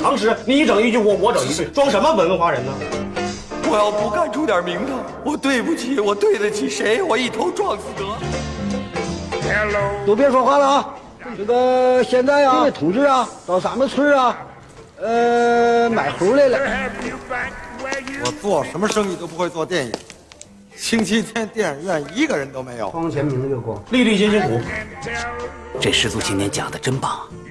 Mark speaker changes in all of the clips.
Speaker 1: 唐诗，你整一句，我我整 一句，装什么文化人呢？
Speaker 2: 我要不干出点名堂，我对不起，我对得起谁？我一头撞死得了。
Speaker 3: 都别说话了啊！这个现在啊，这位同志啊，到咱们村啊，呃，买猴来了。
Speaker 4: 我做什么生意都不会做电影，星期天电影院一个人都没有。
Speaker 3: 窗前明月光，
Speaker 1: 粒粒皆辛苦，
Speaker 5: 这师祖今年讲的真棒，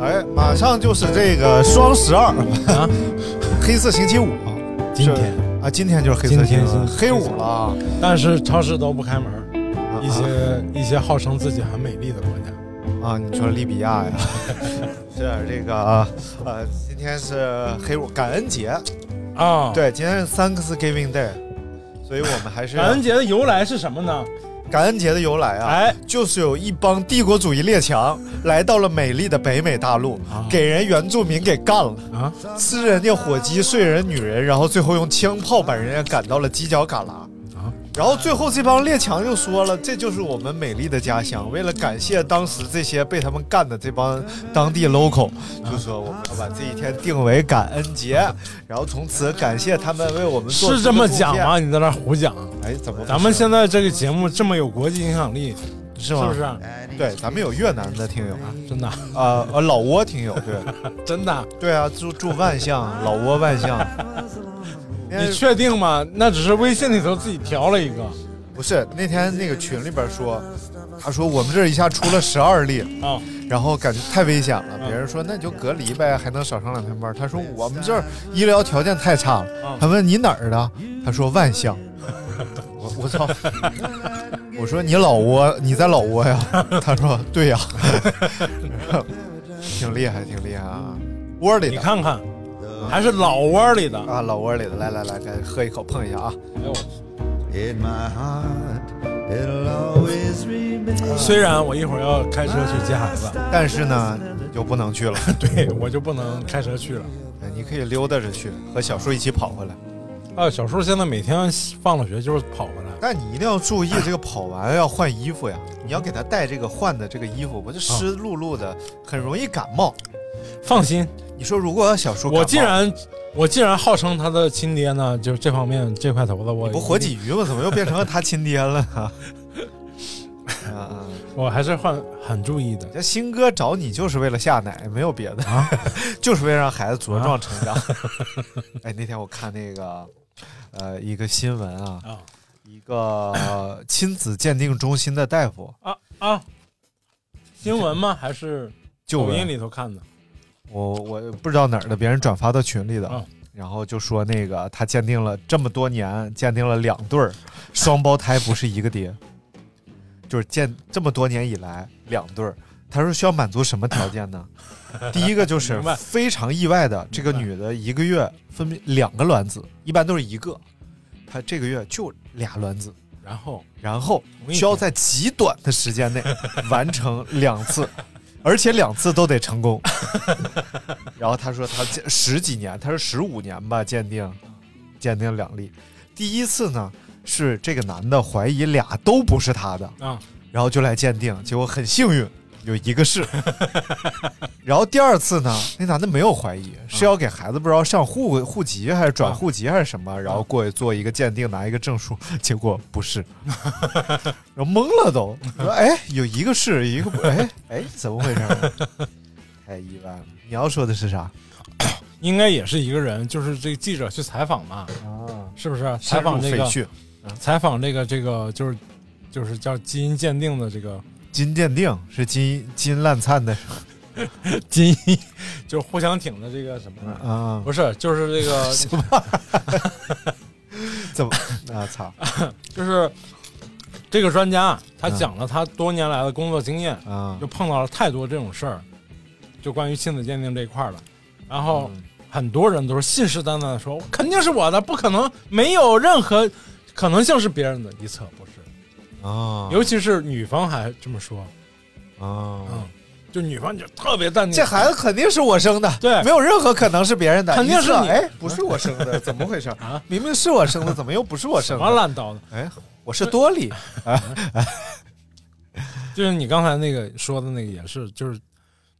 Speaker 6: 哎，马上就是这个双十二， 黑色星期五啊，
Speaker 7: 啊今天
Speaker 6: 是啊，今天就是黑色星
Speaker 7: 今
Speaker 6: 期
Speaker 7: 天
Speaker 6: 五，
Speaker 7: 是
Speaker 6: 黑五了啊。
Speaker 7: 但是超市都不开门，
Speaker 6: 啊
Speaker 7: 一些一些号称自己很美丽的国家，
Speaker 6: 啊，你说利比亚 呀？是这个啊，呃，今天是黑五感恩节，
Speaker 7: 啊，，
Speaker 6: 对，今天是 Thanksgiving Day，所以我们还是
Speaker 7: 感恩节的由来是什么呢？
Speaker 6: 感恩节的由来啊，
Speaker 7: 哎，
Speaker 6: 就是有一帮帝国主义列强来到了美丽的北美大陆，给人原住民给干了，
Speaker 7: 啊，
Speaker 6: 吃人家火鸡，睡人女人，然后最后用枪炮把人家赶到了犄角旮旯。
Speaker 7: 啊
Speaker 6: 然后最后这帮列强又说了，这就是我们美丽的家乡。为了感谢当时这些被他们干的这帮当地 local，就
Speaker 7: 啊
Speaker 6: 说我们要把这一天定为感恩节，然后从此感谢他们为我们做出
Speaker 7: 是
Speaker 6: 的
Speaker 7: 这么
Speaker 6: 贡
Speaker 7: 讲
Speaker 6: 献？
Speaker 7: 吗？啊你在那儿胡讲，
Speaker 6: 哎，怎么不是？
Speaker 7: 咱们现在这个节目这么有国际影响力，
Speaker 6: 是
Speaker 7: 是
Speaker 6: 吗？
Speaker 7: 不是？
Speaker 6: 对，咱们有越南的听友，
Speaker 7: 真的，
Speaker 6: 啊呃，老挝听友，对
Speaker 7: 真的，
Speaker 6: 对啊，住住万象，老挝万象。
Speaker 7: 你确定吗？那只是微信里头自己调了一个
Speaker 6: 不是那天那个群里边说，他说我们这儿一下出了十二例，
Speaker 7: 啊，
Speaker 6: 然后感觉太危险了。别人说那你就隔离呗，还能少上两天班。他说我们这儿医疗条件太差了。他问你哪儿的？他说万象。我我操！我说你老挝，你在老挝呀？他说对呀， 挺厉害，挺厉害啊！窝里
Speaker 7: 你
Speaker 6: 的
Speaker 7: 看看，还是老窝里的，
Speaker 6: 啊，老窝里的，来来来，来喝一口碰一下啊！
Speaker 8: 哎 In my heart, it'll always remain.
Speaker 7: 虽然我一会儿要开车去接孩子，
Speaker 6: 但是呢，你就不能去了，
Speaker 7: 对我就不能开车去了。
Speaker 6: 哎你可以溜达着去，和小叔一起跑回来。
Speaker 7: 啊，小叔现在每天放了学就是跑回来。
Speaker 6: 但你一定要注意，这个跑完要换衣服呀，你要给他带这个换的这个衣服，不就
Speaker 8: 啊
Speaker 6: 湿漉漉的，很容易感冒。
Speaker 7: 放心，
Speaker 6: 你说如果要小叔感冒，
Speaker 7: 我既然我既然号称他的亲爹呢，就这方面这块头子我
Speaker 6: 不活鲫鱼吗？怎么又变成了他亲爹了呢？ 啊啊！
Speaker 7: 我还是很很注意的。啊
Speaker 6: 这新哥找你就是为了下奶，没有别的， 就是为了让孩子茁壮成长。 哎，那天我看那个呃一个新闻啊，
Speaker 7: 啊
Speaker 6: 一个呃亲子鉴定中心的大夫
Speaker 7: 啊啊！新闻吗？还是
Speaker 6: 就
Speaker 7: 抖
Speaker 6: 闻
Speaker 7: 音里头看的？
Speaker 6: 我我不知道哪儿的，别人转发到群里的，
Speaker 7: 啊
Speaker 6: 然后就说那个他鉴定了这么多年，鉴定了两对儿，双胞胎不是一个爹，就是鉴这么多年以来两对儿。他说需要满足什么条件呢？第一个就是
Speaker 7: 明白
Speaker 6: 非常意外的，这个女的一个月分娩两个卵子，一般都是一个，她这个月就俩卵子，
Speaker 7: 然后
Speaker 6: 然后
Speaker 7: 同意
Speaker 6: 需要在极短的时间内完成两次，而且两次都得成功。然后他说他这十几年，他说十五年吧，鉴定鉴定两例。第一次呢是这个男的怀疑俩都不是他的，
Speaker 7: 啊，
Speaker 6: 然后就来鉴定，结果很幸运有一个是。 然后第二次呢，那男的没有怀疑，是
Speaker 7: 嗯
Speaker 6: 要给孩子不知道上户户籍还是转户籍还是什么，然
Speaker 7: 嗯
Speaker 6: 后过去做一个鉴定，拿一个证书，结果不是， 然后懵了都，说哎有一个是，一个不，哎哎怎么回事儿？太意外了！你要说的是啥？
Speaker 7: 应该也是一个人，就是这个记者去采访嘛，
Speaker 6: 啊，
Speaker 7: 是不是？采访这
Speaker 6: 匪
Speaker 7: 个
Speaker 6: 去
Speaker 7: 采访这个这个就是就是叫基因鉴定的这个
Speaker 6: 金鉴定是金金烂灿的
Speaker 7: 基因，就是互相挺的这个什么。
Speaker 6: 啊，
Speaker 7: 不是，就是这 个，
Speaker 6: 怎么啊操
Speaker 7: 就是这个专家，啊他
Speaker 6: 嗯
Speaker 7: 讲了他多年来的工作经验，
Speaker 6: 啊
Speaker 7: 就碰到了太多这种事儿，就关于亲子鉴定这一块儿了。然后
Speaker 6: 嗯
Speaker 7: 很多人都是信誓旦旦的说，肯定是我的，不可能，没有任何可能性是别人的，一测不是。
Speaker 6: 啊
Speaker 7: 尤其是女方还这么说，
Speaker 6: 啊，
Speaker 7: 嗯，就女方就特别淡 定，
Speaker 6: 这孩子肯定是我生的，
Speaker 7: 对
Speaker 6: 没有任何可能是别人的，
Speaker 7: 肯定是
Speaker 6: 一测
Speaker 7: 你
Speaker 6: 哎，不是我生的，怎么回事
Speaker 7: 啊？
Speaker 6: 明明是我生的，怎么又不是我
Speaker 7: 什
Speaker 6: 生
Speaker 7: 么
Speaker 6: 的？
Speaker 7: 烂刀的？嗯
Speaker 6: 哎，我是多 里，
Speaker 7: 就是你刚才那个说的那个也是，就是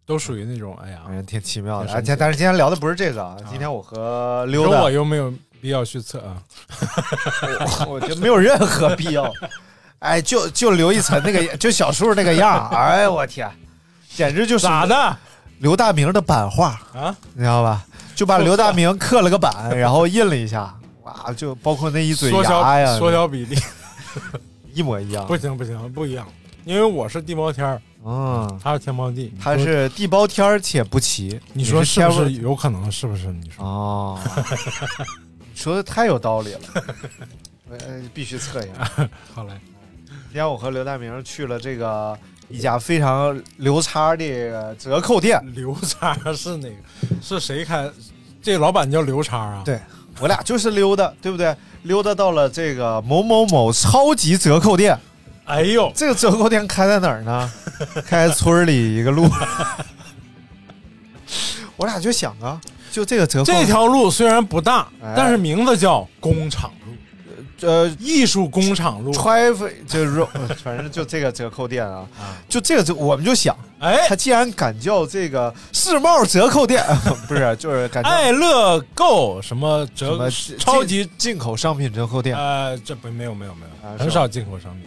Speaker 7: 都属于那种，哎呀，
Speaker 6: 哎，挺奇妙的。
Speaker 7: 挺
Speaker 6: 而
Speaker 7: 神奇
Speaker 6: 且，但是今天聊的不是这个啊，今天我和
Speaker 7: 你
Speaker 6: 溜
Speaker 7: 说
Speaker 6: 达，
Speaker 7: 我又没有必要去测啊，
Speaker 6: 我我觉得没有任何必 要。哎，就就刘一层那个，就小树那个样儿，哎，我天，简直就是
Speaker 7: 咋的
Speaker 6: 刘大明的版画，
Speaker 7: 啊？
Speaker 6: 你知道吧？就把刘大明刻了个版，然后印了一下，哇，就包括那一嘴
Speaker 7: 缩
Speaker 6: 牙
Speaker 7: 小
Speaker 6: 呀，
Speaker 7: 缩小比例，
Speaker 6: 一模一样
Speaker 7: 不。行不行，不一样，因为我是地包天儿，
Speaker 6: 嗯，
Speaker 7: 他是天包地，
Speaker 6: 他是地包天儿且不齐，
Speaker 7: 你说
Speaker 6: 是
Speaker 7: 是不
Speaker 6: 天
Speaker 7: 是
Speaker 6: 儿
Speaker 7: 有可能？是不是？你 说
Speaker 6: 哦，你说的太有道理了，呃，必须测一下。
Speaker 7: 好嘞，
Speaker 6: 今天我和刘大明去了这个一家非常流叉的这个折扣店，
Speaker 7: 刘叉是哪个？是谁开？这老板叫刘叉啊？
Speaker 6: 对我俩就是溜达，对不对？溜达到了这个某某某超级折扣店，
Speaker 7: 哎呦，
Speaker 6: 这个折扣店开在哪儿 呢？开村儿里一个 路。我俩就想啊，就这个折扣
Speaker 7: 这条路虽然不大，
Speaker 6: 哎
Speaker 7: 但是名字叫工厂路、
Speaker 6: 呃
Speaker 7: 艺术工厂路。
Speaker 6: private 就是 反正就这个折扣店啊，就这个折我们就想，
Speaker 7: 哎
Speaker 6: 他，既然敢叫这个世贸折扣店， 不是就是敢叫
Speaker 7: 爱乐购什么
Speaker 6: 什么
Speaker 7: 折
Speaker 6: 进
Speaker 7: 超级
Speaker 6: 进口商品折扣店。
Speaker 7: 呃，这不没有没有没有、
Speaker 6: 啊
Speaker 7: 很
Speaker 6: 是
Speaker 7: 少进口商品。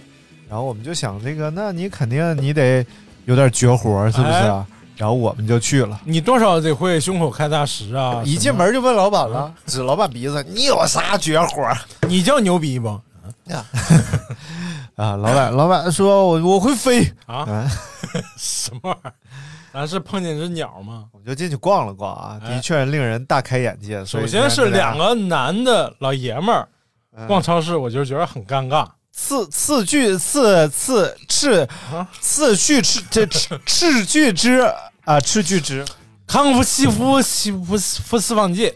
Speaker 6: 然后我们就想这个，那你肯定你得有点绝活儿，是不是啊？然后我们就去了，
Speaker 7: 你多少得会胸口开大石啊！
Speaker 6: 一进
Speaker 7: 什
Speaker 6: 门就问老板了，指老板鼻子，你有啥绝活儿
Speaker 7: 么，你叫牛逼不？
Speaker 6: 啊？老板，老板说我我会飞
Speaker 7: 啊
Speaker 6: 啊，
Speaker 7: 什么玩意儿？咱是碰见只鸟吗？
Speaker 6: 我们就进去逛了逛啊，
Speaker 7: 哎
Speaker 6: 的确令人大开眼界。所以
Speaker 7: 首先是
Speaker 6: 这
Speaker 7: 两个男的老爷们儿
Speaker 6: 嗯
Speaker 7: 逛超市，我就觉得很尴尬。
Speaker 6: 次次句次次赤
Speaker 7: 啊
Speaker 6: 次句赤这赤赤句之啊赤句之，
Speaker 7: 康夫西夫西夫夫斯旺季，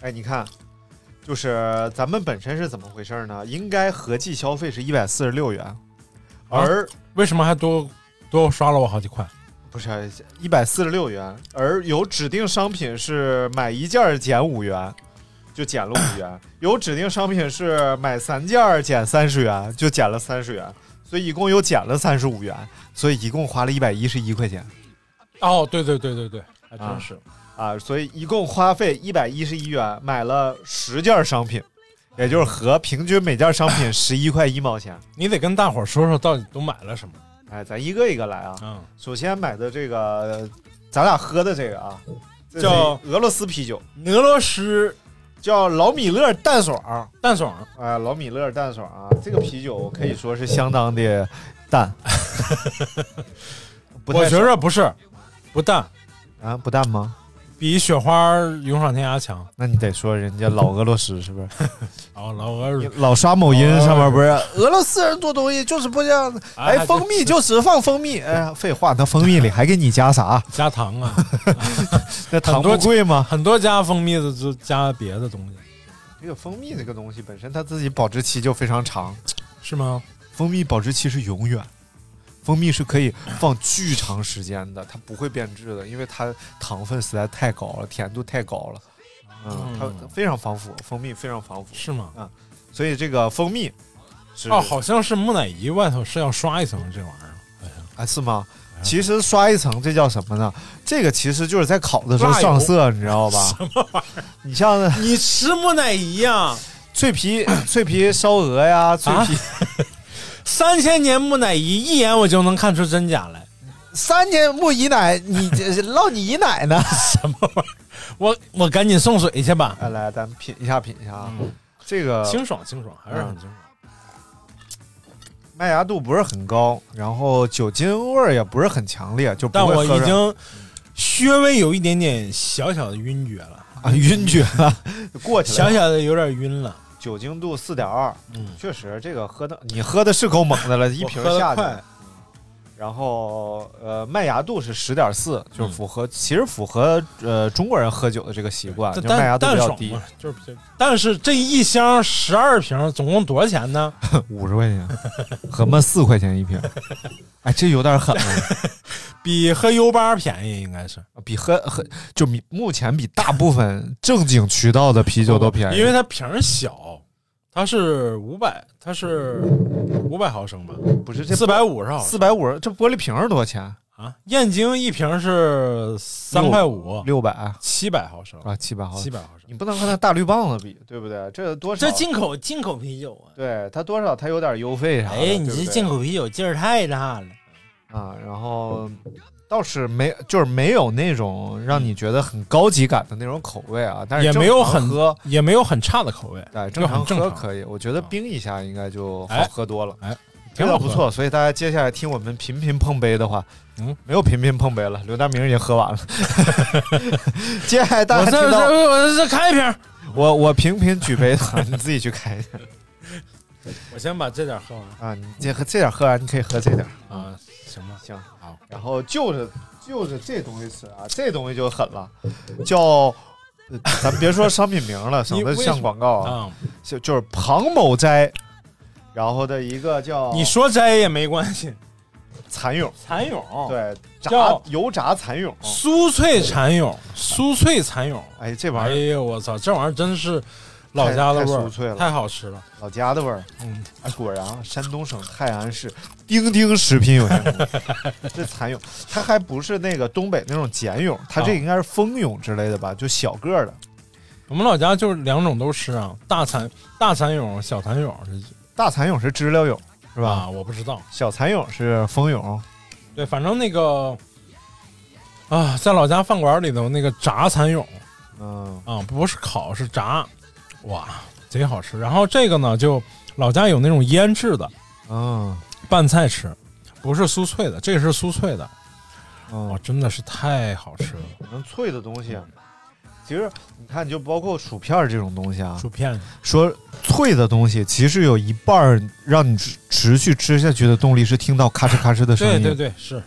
Speaker 6: 哎，你看，就是咱们本身是怎么回事呢？应该合计消费是一百四十六元，而、
Speaker 7: 啊为什么还多多刷了我好几块？
Speaker 6: 不是一百四十六元，而有指定商品是买一件儿减五元，就减了五元；有指定商品是买三件儿减三十元，就减了三十元。所以一共又减了三十五元，所以一共花了一百一十一块钱
Speaker 7: 哦，对对对对对，还
Speaker 6: 啊
Speaker 7: 真是。
Speaker 6: 啊！所以一共花费一百一十一元买了十件儿商品，也就是合平均每件儿商品十一块一毛钱。
Speaker 7: 你得跟大伙儿说说到底都买了什么。
Speaker 6: 哎，咱一个一个来啊。
Speaker 7: 嗯，
Speaker 6: 首先买的这个，咱俩喝的这个啊，这是
Speaker 7: 叫
Speaker 6: 俄罗斯啤酒，
Speaker 7: 俄罗斯
Speaker 6: 叫老米勒淡爽。
Speaker 7: 淡爽，
Speaker 6: 啊，老米勒淡爽啊，这个啤酒可以说是相当的 淡。不太
Speaker 7: 我觉着不是，不淡，
Speaker 6: 啊，不淡吗？
Speaker 7: 比雪花勇闯天涯强。
Speaker 6: 那你得说人家老俄罗斯是不是？
Speaker 7: 哦，老俄
Speaker 6: 你老刷某音
Speaker 7: 哦
Speaker 6: 上面不是俄罗斯人做东西就是不这样，
Speaker 7: 哎
Speaker 6: 哎，蜂蜜就只放蜂蜜，哎呀，废话，那蜂蜜里还给你加啥？
Speaker 7: 加糖啊，
Speaker 6: 那糖
Speaker 7: 很多
Speaker 6: 不贵吗？
Speaker 7: 很多加蜂蜜的就加别的东西，
Speaker 6: 这个蜂蜜这个东西本身它自己保质期就非常长，
Speaker 7: 是吗？
Speaker 6: 蜂蜜保质期是永远，蜂蜜是可以放巨长时间的，它不会变质的，因为它糖分实在太高了，甜度太高了。嗯，它它非常防腐，蜂蜜非常防腐，
Speaker 7: 是吗？
Speaker 6: 所以这个蜂蜜是
Speaker 7: 哦，好像是木乃伊外头是要刷一层这玩意儿，
Speaker 6: 啊是吗？其实刷一层这叫什么呢？这个其实就是在烤的时候
Speaker 7: 辣油
Speaker 6: 上色，你知道吧？什么玩意儿？你像
Speaker 7: 你吃木乃伊啊呀、
Speaker 6: 脆皮 脆皮烧鹅呀，脆皮、
Speaker 7: 三千年木乃伊一眼我就能看出真假 来，
Speaker 6: 三年木姨奶，你这 是烙你姨奶呢？
Speaker 7: 什么玩意儿？我我赶紧送水去吧，
Speaker 6: 哎来来，咱们品一下品一下啊，
Speaker 7: 嗯
Speaker 6: 这个
Speaker 7: 清爽清爽，还是很清爽。
Speaker 6: 嗯麦芽度不是很高，然后酒精味儿也不是很强烈，就不
Speaker 7: 但
Speaker 6: 会喝
Speaker 7: 我已
Speaker 6: 着
Speaker 7: 经稍微有一点点小小的晕厥了，
Speaker 6: 啊晕厥了，过去
Speaker 7: 小
Speaker 6: 了。
Speaker 7: 小的有点晕了。
Speaker 6: 酒精度四点二，
Speaker 7: 嗯，
Speaker 6: 确实这个喝的你喝的是够猛的了，一啊
Speaker 7: 我
Speaker 6: 瓶
Speaker 7: 喝得
Speaker 6: 下去
Speaker 7: 快。
Speaker 6: 然后呃麦芽度是十点四，就是符合，其实符合呃中国人喝酒的这个习惯，就
Speaker 7: 嗯但
Speaker 6: 是麦芽度比
Speaker 7: 但但
Speaker 6: 较
Speaker 7: 爽
Speaker 6: 低
Speaker 7: 嘛，，就是比较。但是这一箱十二瓶总共多少钱呢？
Speaker 6: 五十块钱，合嘛四块钱一 瓶，哎，这有点狠了，
Speaker 7: 比喝 U 八便宜应该是，
Speaker 6: 比喝喝就比目前比大部分正经渠道的啤酒都便宜，
Speaker 7: 因为它瓶儿小，它是五百，它是五百毫升吧？
Speaker 6: 不是
Speaker 7: 四百五十毫升
Speaker 6: 四百五十，这玻璃瓶儿多少钱？
Speaker 7: 啊。燕京一瓶是三块五，
Speaker 6: 六百，
Speaker 7: 七百毫升
Speaker 6: 啊，七百毫升，
Speaker 7: 700毫升
Speaker 6: 你不能和那大绿棒子比，对不对？这多少？
Speaker 9: 这进口进口啤酒啊！
Speaker 6: 对啊它多少它有点邮费啥的。
Speaker 9: 哎，你
Speaker 6: 对不
Speaker 9: 这
Speaker 6: 对
Speaker 9: 进口啤酒劲儿太大了。
Speaker 6: 啊，然后倒是没，就是没有那种让你觉得很高级感的那种口味啊，但是
Speaker 7: 也没有
Speaker 6: 正常
Speaker 7: 很
Speaker 6: 喝，
Speaker 7: 也没有很差的口味，
Speaker 6: 对，
Speaker 7: 这
Speaker 6: 正
Speaker 7: 个很
Speaker 6: 常
Speaker 7: 正
Speaker 6: 喝
Speaker 7: 常啊
Speaker 6: 可以。我觉得冰一下应该就好
Speaker 7: 哎
Speaker 6: 喝多了，
Speaker 7: 哎，
Speaker 6: 味
Speaker 7: 挺
Speaker 6: 道
Speaker 7: 好
Speaker 6: 不
Speaker 7: 喝
Speaker 6: 错。所以大家接下来听我们频频碰杯的话，
Speaker 7: 嗯，
Speaker 6: 没有频频碰杯了，刘大明已经喝完了。 接下来大
Speaker 7: 我
Speaker 6: 家
Speaker 7: 再
Speaker 6: 听到
Speaker 7: 再我再开一瓶，
Speaker 6: 我我频频举杯的话， 你自己去开去
Speaker 7: 我先把这点喝完
Speaker 6: 啊，你这喝这点喝完，你可以喝这点。
Speaker 7: 啊，行吧，
Speaker 6: 行
Speaker 7: 好，
Speaker 6: 然后就着就着这东西吃啊，这东西就狠了，叫呃咱别说商品名 了，省得像广告啊，
Speaker 7: 啊，
Speaker 6: 就就是庞某斋，然后的一个叫
Speaker 7: 你说摘也没关系，
Speaker 6: 蚕蛹，
Speaker 7: 蚕蛹，
Speaker 6: 对，炸
Speaker 7: 哦叫
Speaker 6: 油炸蚕蛹，
Speaker 7: 酥脆蚕蛹，酥脆蚕蛹，
Speaker 6: 哎，这
Speaker 7: 哎
Speaker 6: 玩意儿
Speaker 7: 呦我操，这玩意儿真是老家的味
Speaker 6: 太太酥脆
Speaker 7: 儿，
Speaker 6: 了
Speaker 7: 太好吃了，
Speaker 6: 老家的味儿，
Speaker 7: 嗯，
Speaker 6: 哎，果然啊，山东省泰安市丁丁食品有限公司，这蚕蛹，它还不是那个东北那种茧蛹，它这
Speaker 7: 啊
Speaker 6: 应该是蜂蛹之类的吧，就小个儿的。
Speaker 7: 我们老家就是两种都吃啊，大蚕大蚕蛹，小蚕蛹是
Speaker 6: 大蚕蛹是知了蛹是吧？
Speaker 7: 吧？我不知道，
Speaker 6: 小蚕蛹是蜂蛹，
Speaker 7: 对，反正那个啊，在老家饭馆里头那个炸蚕蛹。
Speaker 6: 嗯，
Speaker 7: 啊、不是烤是炸，哇，贼好吃。然后这个呢，就老家有那种腌制的
Speaker 6: 嗯，
Speaker 7: 拌菜吃，不是酥脆的，这个是酥脆的，哇，
Speaker 6: 嗯，
Speaker 7: 真的是太好 吃了。
Speaker 6: 可能脆的东西，啊其实你看，就包括薯片儿这种东西啊，
Speaker 7: 薯片
Speaker 6: 说脆的东西，其实有一半儿让你持持续吃下去的动力是听到咔哧咔哧的声
Speaker 7: 对
Speaker 6: 音。
Speaker 7: 对对，是，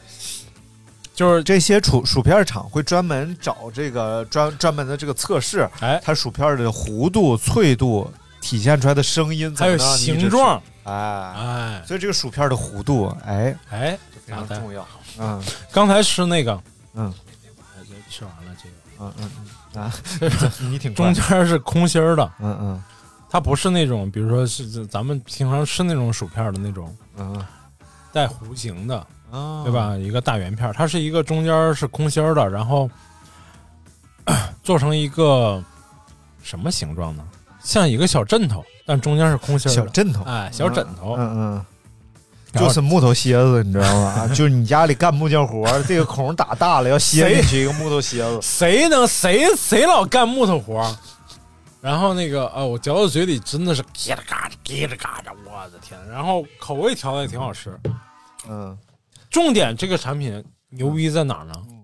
Speaker 7: 就是
Speaker 6: 这些薯薯片厂会专门找这个专专门的这个测试，
Speaker 7: 哎，
Speaker 6: 它薯片的弧度、脆度体现出来的声音，
Speaker 7: 还有形，状，
Speaker 6: 哎，
Speaker 7: 哎
Speaker 6: 所以这个薯片的弧度，哎，
Speaker 7: 哎，
Speaker 6: 非常
Speaker 7: 好的
Speaker 6: 重要。嗯
Speaker 7: 刚才吃那个，
Speaker 6: 嗯
Speaker 7: 哎这吃完了这个，
Speaker 6: 嗯嗯嗯 啊， 你挺快
Speaker 7: 中，间是空心儿的，
Speaker 6: 嗯嗯
Speaker 7: 它不是那种，比如说是咱们平常吃那种薯片的那种
Speaker 6: 嗯
Speaker 7: 带弧形的，
Speaker 6: 啊
Speaker 7: 对？吧？一个大圆片儿，它是一个中间儿是空心儿的，然后 咳做成一个什么形状呢？像一个小枕头，但中间是空心儿的。
Speaker 6: 小枕头，
Speaker 7: 哎，小枕头，
Speaker 6: 嗯嗯，
Speaker 7: 然后
Speaker 6: 就是木头楔子，你知道吗？ 啊就是你家里干木匠活儿，这个孔打大 了要楔进去一个木头楔子，
Speaker 7: 谁能谁谁老干木头活儿？然后那个呃，我嚼到嘴里真的是叽里嘎吱，叽里嘎吱，我的天！然后口味调的也挺好吃。
Speaker 6: 嗯
Speaker 7: 重点这个产品牛逼在哪儿呢？
Speaker 6: 嗯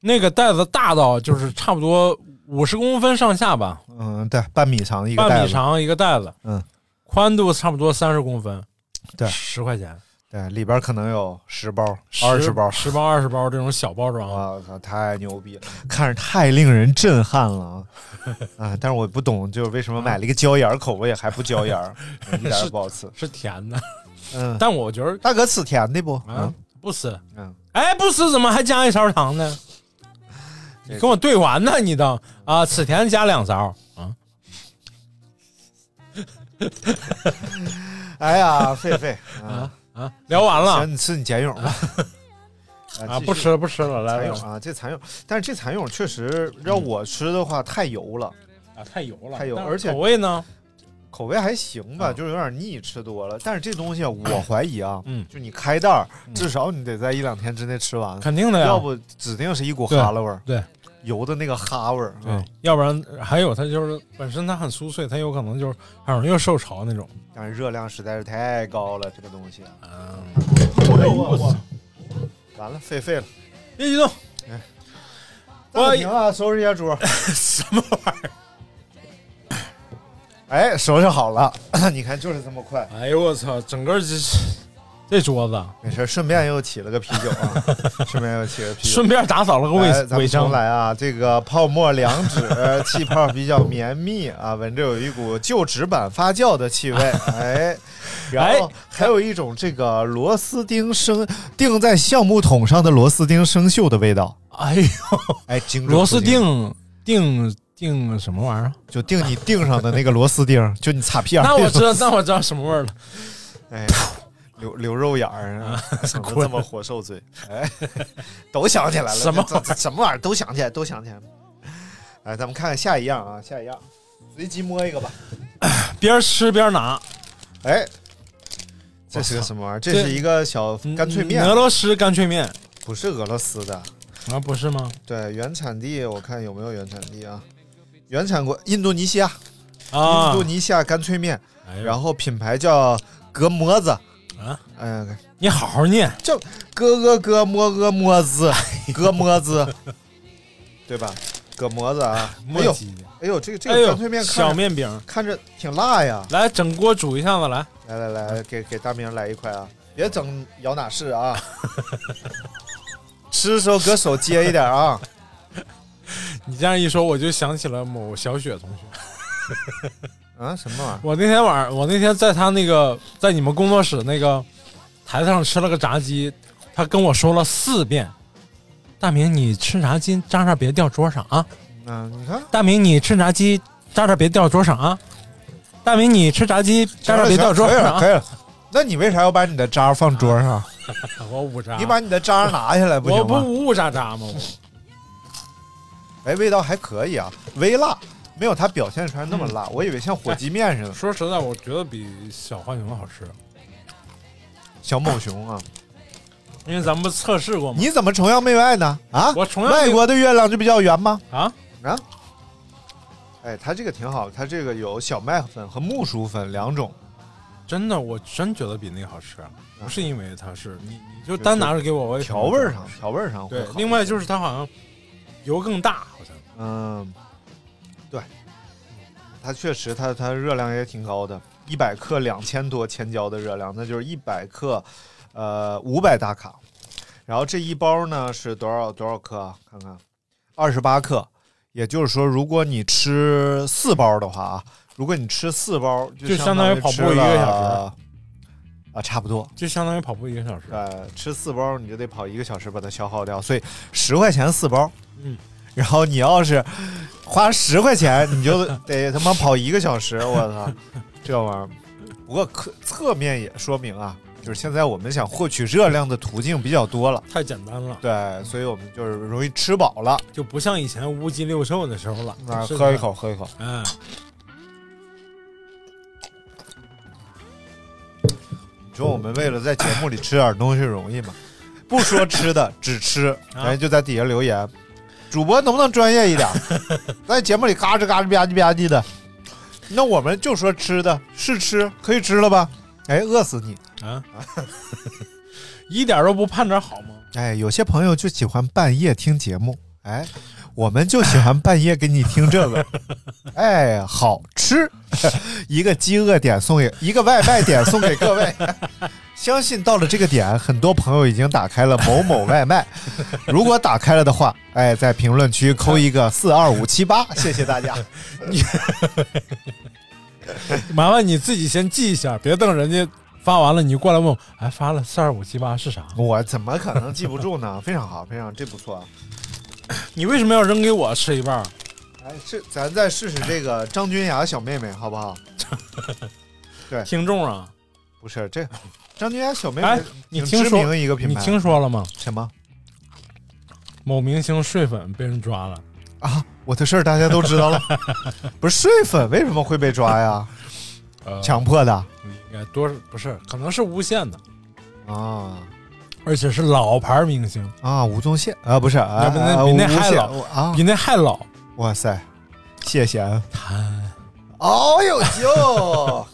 Speaker 7: 那个袋子大到就是差不多五十公分上下吧，
Speaker 6: 嗯，对，半米长的一个
Speaker 7: 半
Speaker 6: 袋
Speaker 7: 米
Speaker 6: 子，
Speaker 7: 长一个袋子，
Speaker 6: 嗯，
Speaker 7: 宽度差不多三十公分，
Speaker 6: 对
Speaker 7: 十块钱，
Speaker 6: 对，里边可能有十包、二十包。啊
Speaker 7: 十包、二十包这种小包装，
Speaker 6: 我操，太牛逼了， 看着太令人震撼了 啊！啊，但是我不懂，就是为什么买了一个椒盐儿口味还不椒盐 儿，一点儿也不好吃。
Speaker 7: 是甜的，
Speaker 6: 嗯，
Speaker 7: 但我觉得
Speaker 6: 大哥吃甜的不？
Speaker 7: 啊
Speaker 6: 嗯，
Speaker 7: 不吃，
Speaker 6: 嗯，
Speaker 7: 哎，不吃怎么还加一勺 糖呢？你跟我对完呢，你都啊，此甜加两勺啊，
Speaker 6: 哎呀，狒 狒啊，
Speaker 7: 聊完了
Speaker 6: 行，你吃你茧蛹 吧。
Speaker 7: 啊，
Speaker 6: 继续
Speaker 7: 不吃了，不吃了，来
Speaker 6: 蚕
Speaker 7: 来
Speaker 6: 蛹啊，这蚕蛹，但是这蚕蛹确实让我吃的话太油了，
Speaker 7: 啊，太油了，
Speaker 6: 太油
Speaker 7: 但是
Speaker 6: 而且
Speaker 7: 口味呢，
Speaker 6: 口味还行吧，
Speaker 7: 嗯
Speaker 6: 就是有点腻，吃多了。但是这东西啊 我怀疑啊，
Speaker 7: 嗯
Speaker 6: 就你开袋儿，至少你得在一两天之内吃完，
Speaker 7: 肯定的呀，
Speaker 6: 要不啊指定是一股哈喇味儿，
Speaker 7: 啊对，嗯
Speaker 6: 油的那个哈味儿。
Speaker 7: 对，，要不然还有它就是本身它很酥脆，它有可能就是很容易受潮那种。
Speaker 6: 但是热量实在是太高了，这个东西啊。
Speaker 7: 嗯我操！
Speaker 6: 完了，废废了。
Speaker 7: 别激动，哎我
Speaker 6: 暂停哎啊，收拾一下桌。
Speaker 7: 什么玩意儿？
Speaker 6: 哎，收拾好了，你看就是这么快。
Speaker 7: 哎呦我操！整个这这桌子
Speaker 6: 没事，顺便又起了个啤酒 啊，顺便又起了啤酒，
Speaker 7: 顺便打扫了个卫
Speaker 6: 来哎咱们
Speaker 7: 卫生
Speaker 6: 重来啊，这个泡沫两 指，气泡比较绵密啊，闻着有一股旧纸板发酵的 气味，哎，然后还有一种这个螺丝钉生钉在橡木桶上的螺丝钉生锈的味道，
Speaker 7: 哎呦，
Speaker 6: 哎，经
Speaker 7: 螺丝钉钉钉什么玩意儿？
Speaker 6: 就钉你钉上的那个螺丝钉，就你擦屁眼儿
Speaker 7: 那
Speaker 6: 那个
Speaker 7: 我 知道，那我知道什么味 儿了。
Speaker 6: 哎，留留肉眼儿啊， 怎么这么活受罪？哎，都
Speaker 7: 都
Speaker 6: 想
Speaker 7: 想
Speaker 6: 起
Speaker 7: 起
Speaker 6: 来
Speaker 7: 来
Speaker 6: 了，
Speaker 7: 了
Speaker 6: 这这什么玩意儿都想起来，都想起来。哎，咱们看看下一样啊，下一样，随机摸一个吧。
Speaker 7: 边吃边拿。
Speaker 6: 哎， 这是个什么玩意儿？这是一个小干脆面，
Speaker 7: 嗯
Speaker 6: 啊
Speaker 7: 俄罗斯干脆面
Speaker 6: 不是俄罗斯的，
Speaker 7: 啊，不是吗？
Speaker 6: 对，原产地我看有没有原产地啊？原产国印度尼西亚，
Speaker 7: 啊
Speaker 6: 印度尼西亚干脆面，
Speaker 7: 哎呦
Speaker 6: 然后品牌叫格摩子
Speaker 7: 啊，
Speaker 6: 哎呀，
Speaker 7: 你好好念，
Speaker 6: 叫咯咯咯摸咯摸 子，咯摸子，对吧？葛摩子啊，哎
Speaker 7: 磨
Speaker 6: 呦
Speaker 7: 叽的，
Speaker 6: 哎呦，这个这
Speaker 7: 哎
Speaker 6: 个
Speaker 7: 呦
Speaker 6: 干脆面看着
Speaker 7: 小面饼
Speaker 6: 看着挺辣呀，
Speaker 7: 来整锅煮一下 子，来
Speaker 6: 来来来，给给大明来一块啊！别整摇哪式啊！ 吃的时候搁手接一点啊！
Speaker 7: 你这样一说，我就想起了某小雪同学。
Speaker 6: 啊，什么玩意儿？
Speaker 7: 我那天晚上，我那天在他那个在你们工作室那个台子上吃了个炸鸡，他跟我说了四遍：“大明，你吃炸鸡渣渣别掉桌上啊！
Speaker 6: 嗯，你看，
Speaker 7: 大明，你吃炸鸡渣渣别掉桌上啊！大明，你吃炸鸡渣渣别掉桌
Speaker 6: 可以
Speaker 7: 上
Speaker 6: 了，
Speaker 7: 啊！”
Speaker 6: 可以了。那你为啥要把你的渣放桌上？啊
Speaker 7: 我五渣，
Speaker 6: 你把你的渣拿下来不行
Speaker 7: 啊我
Speaker 6: 吗
Speaker 7: 不五五渣渣吗？
Speaker 6: 哎，味道还可以啊，微辣，没有它表现出来那么辣。我以为像火鸡面似的。
Speaker 7: 说实在，我觉得比小浣熊好吃，
Speaker 6: 小某熊啊，
Speaker 7: 因为咱们不测试过吗？
Speaker 6: 你怎么崇洋媚外呢？啊，
Speaker 7: 我崇洋媚
Speaker 6: 外国的月亮就比较圆吗？
Speaker 7: 啊
Speaker 6: 啊！哎，它这个挺好，它这个有小麦粉和木薯粉两种。
Speaker 7: 真的，我真觉得比那个好吃，啊不是因为它是你，你就单拿着给我，我也
Speaker 6: 调味儿上，调味儿上会
Speaker 7: 对
Speaker 6: 好。
Speaker 7: 另外就是它好像油更大，好像
Speaker 6: 嗯，对，它确实它它热量也挺高的，一百克两千多千焦的热量，那就是一百克，呃，五百大卡。然后这一包呢是多少多少克啊？看看，二十八克。也就是说，如果你吃四包的话啊，如果你吃四包，
Speaker 7: 就相当于跑步
Speaker 6: 吃了
Speaker 7: 一个小
Speaker 6: 啊，差不多，
Speaker 7: 就相当于跑步一个小时。
Speaker 6: 呃，吃四包你就得跑一个小时把它消耗掉，所以十块钱四包，
Speaker 7: 嗯，
Speaker 6: 然后你要是花十块钱，你就得他妈跑一个小时，我操，这玩意儿。不过可侧面也说明啊，就是现在我们想获取热量的途径比较多了，
Speaker 7: 太简单了，
Speaker 6: 对，所以我们就是容易吃饱了，
Speaker 7: 就不像以前乌鸡六兽的时候了。
Speaker 6: 啊，
Speaker 7: 是
Speaker 6: 喝一
Speaker 7: 的
Speaker 6: 口，，喝一口，
Speaker 7: 嗯，
Speaker 6: 你说我们为了在节目里吃点东西容易吗？不说吃的，只吃，咱就在底下留言，主播能不能专业一点？在节目里嘎吱嘎吱吧唧吧唧的，那我们就说吃的，是吃，可以吃了吧？哎，饿死你！
Speaker 7: 啊，一点都不盼点好吗？
Speaker 6: 哎，有些朋友就喜欢半夜听节目，哎，我们就喜欢半夜给你听这个，哎，好吃， 一个饥饿点送给一个外卖点送给各位。 相信到了这个点，很多朋友已经打开了某某外卖。如果打开了的话，哎，在评论区扣一个四二五七八，谢谢大家。
Speaker 7: 麻烦你自己先记一下，别等人家发完了你就过来问我，哎，发了四二五七八是啥？
Speaker 6: 我怎么可能记不住呢？非常好，非常这不错啊。
Speaker 7: 你为什么要扔给我吃一半儿？
Speaker 6: 哎，是咱再试试这个张君雅小妹妹，好不好？对，
Speaker 7: 听众啊，
Speaker 6: 不是这张君雅小妹妹，
Speaker 7: 哎，你
Speaker 6: 挺
Speaker 7: 听
Speaker 6: 知
Speaker 7: 说
Speaker 6: 名一个品牌，
Speaker 7: 你听说了吗？
Speaker 6: 什么？
Speaker 7: 某明星睡粉被人抓了，
Speaker 6: 啊？我的事儿大家都知道 了，不是睡粉为什么会被抓呀？
Speaker 7: 呃
Speaker 6: 强迫的
Speaker 7: 应该多不是，可能是诬陷的，
Speaker 6: 啊
Speaker 7: 而且是老牌明星，
Speaker 6: 啊！吴宗宪啊，不是啊，
Speaker 7: 要不那
Speaker 6: 啊
Speaker 7: 比那
Speaker 6: 吴
Speaker 7: 还
Speaker 6: 宪
Speaker 7: 老
Speaker 6: 啊！
Speaker 7: 比那还老。
Speaker 6: 哇塞，谢谢啊！
Speaker 7: 他，
Speaker 6: 哦呦 呦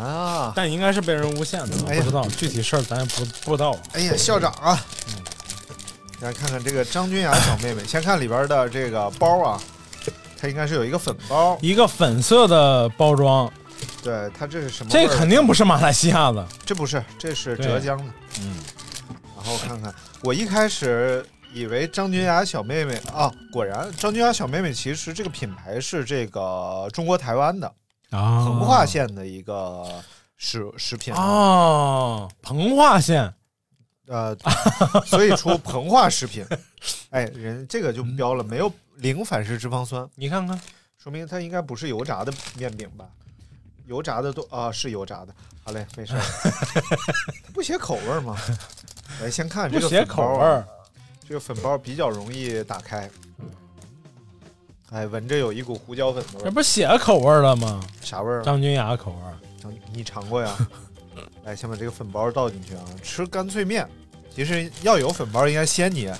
Speaker 6: 啊！
Speaker 7: 但应该是被人诬陷的，
Speaker 6: 哎呀
Speaker 7: 不知道具体事儿咱也不不知道。
Speaker 6: 哎呀，校长啊，
Speaker 7: 嗯
Speaker 6: 来看看这个张君雅小妹妹，先看里边的这个包啊，它应该是有一个粉包，
Speaker 7: 一个粉色的包装，
Speaker 6: 对，它这是什么味
Speaker 7: 这
Speaker 6: 儿？
Speaker 7: 肯定不是马来西亚的，
Speaker 6: 这不是，这是
Speaker 7: 对
Speaker 6: 浙江的。
Speaker 7: 嗯，
Speaker 6: 然后看看，我一开始以为张君雅小妹妹啊，果然张君雅小妹妹其实这个品牌是这个中国台湾的
Speaker 7: 啊
Speaker 6: 横跨县的一个食食品
Speaker 7: 哦，膨化县，
Speaker 6: 呃，所以出膨化食品。哎，人这个就标了，没有零反式脂肪酸，
Speaker 7: 你看看，
Speaker 6: 说明它应该不是油炸的面饼吧？油炸的多啊，是油炸的。好嘞， 没事儿。不写口味儿吗？来，先看这
Speaker 7: 不
Speaker 6: 个
Speaker 7: 写
Speaker 6: 粉包
Speaker 7: 口
Speaker 6: 啊
Speaker 7: 味儿，嗯
Speaker 6: 这个粉包比较容易打开。哎，闻着有一股胡椒粉的味
Speaker 7: 这
Speaker 6: 儿，
Speaker 7: 不写口味儿了吗？
Speaker 6: 啥味儿啊？
Speaker 7: 张君雅口味儿，
Speaker 6: 张你尝过呀？ 来，先把这个粉包倒进去啊。吃干脆面，其实要有粉包应该先捏，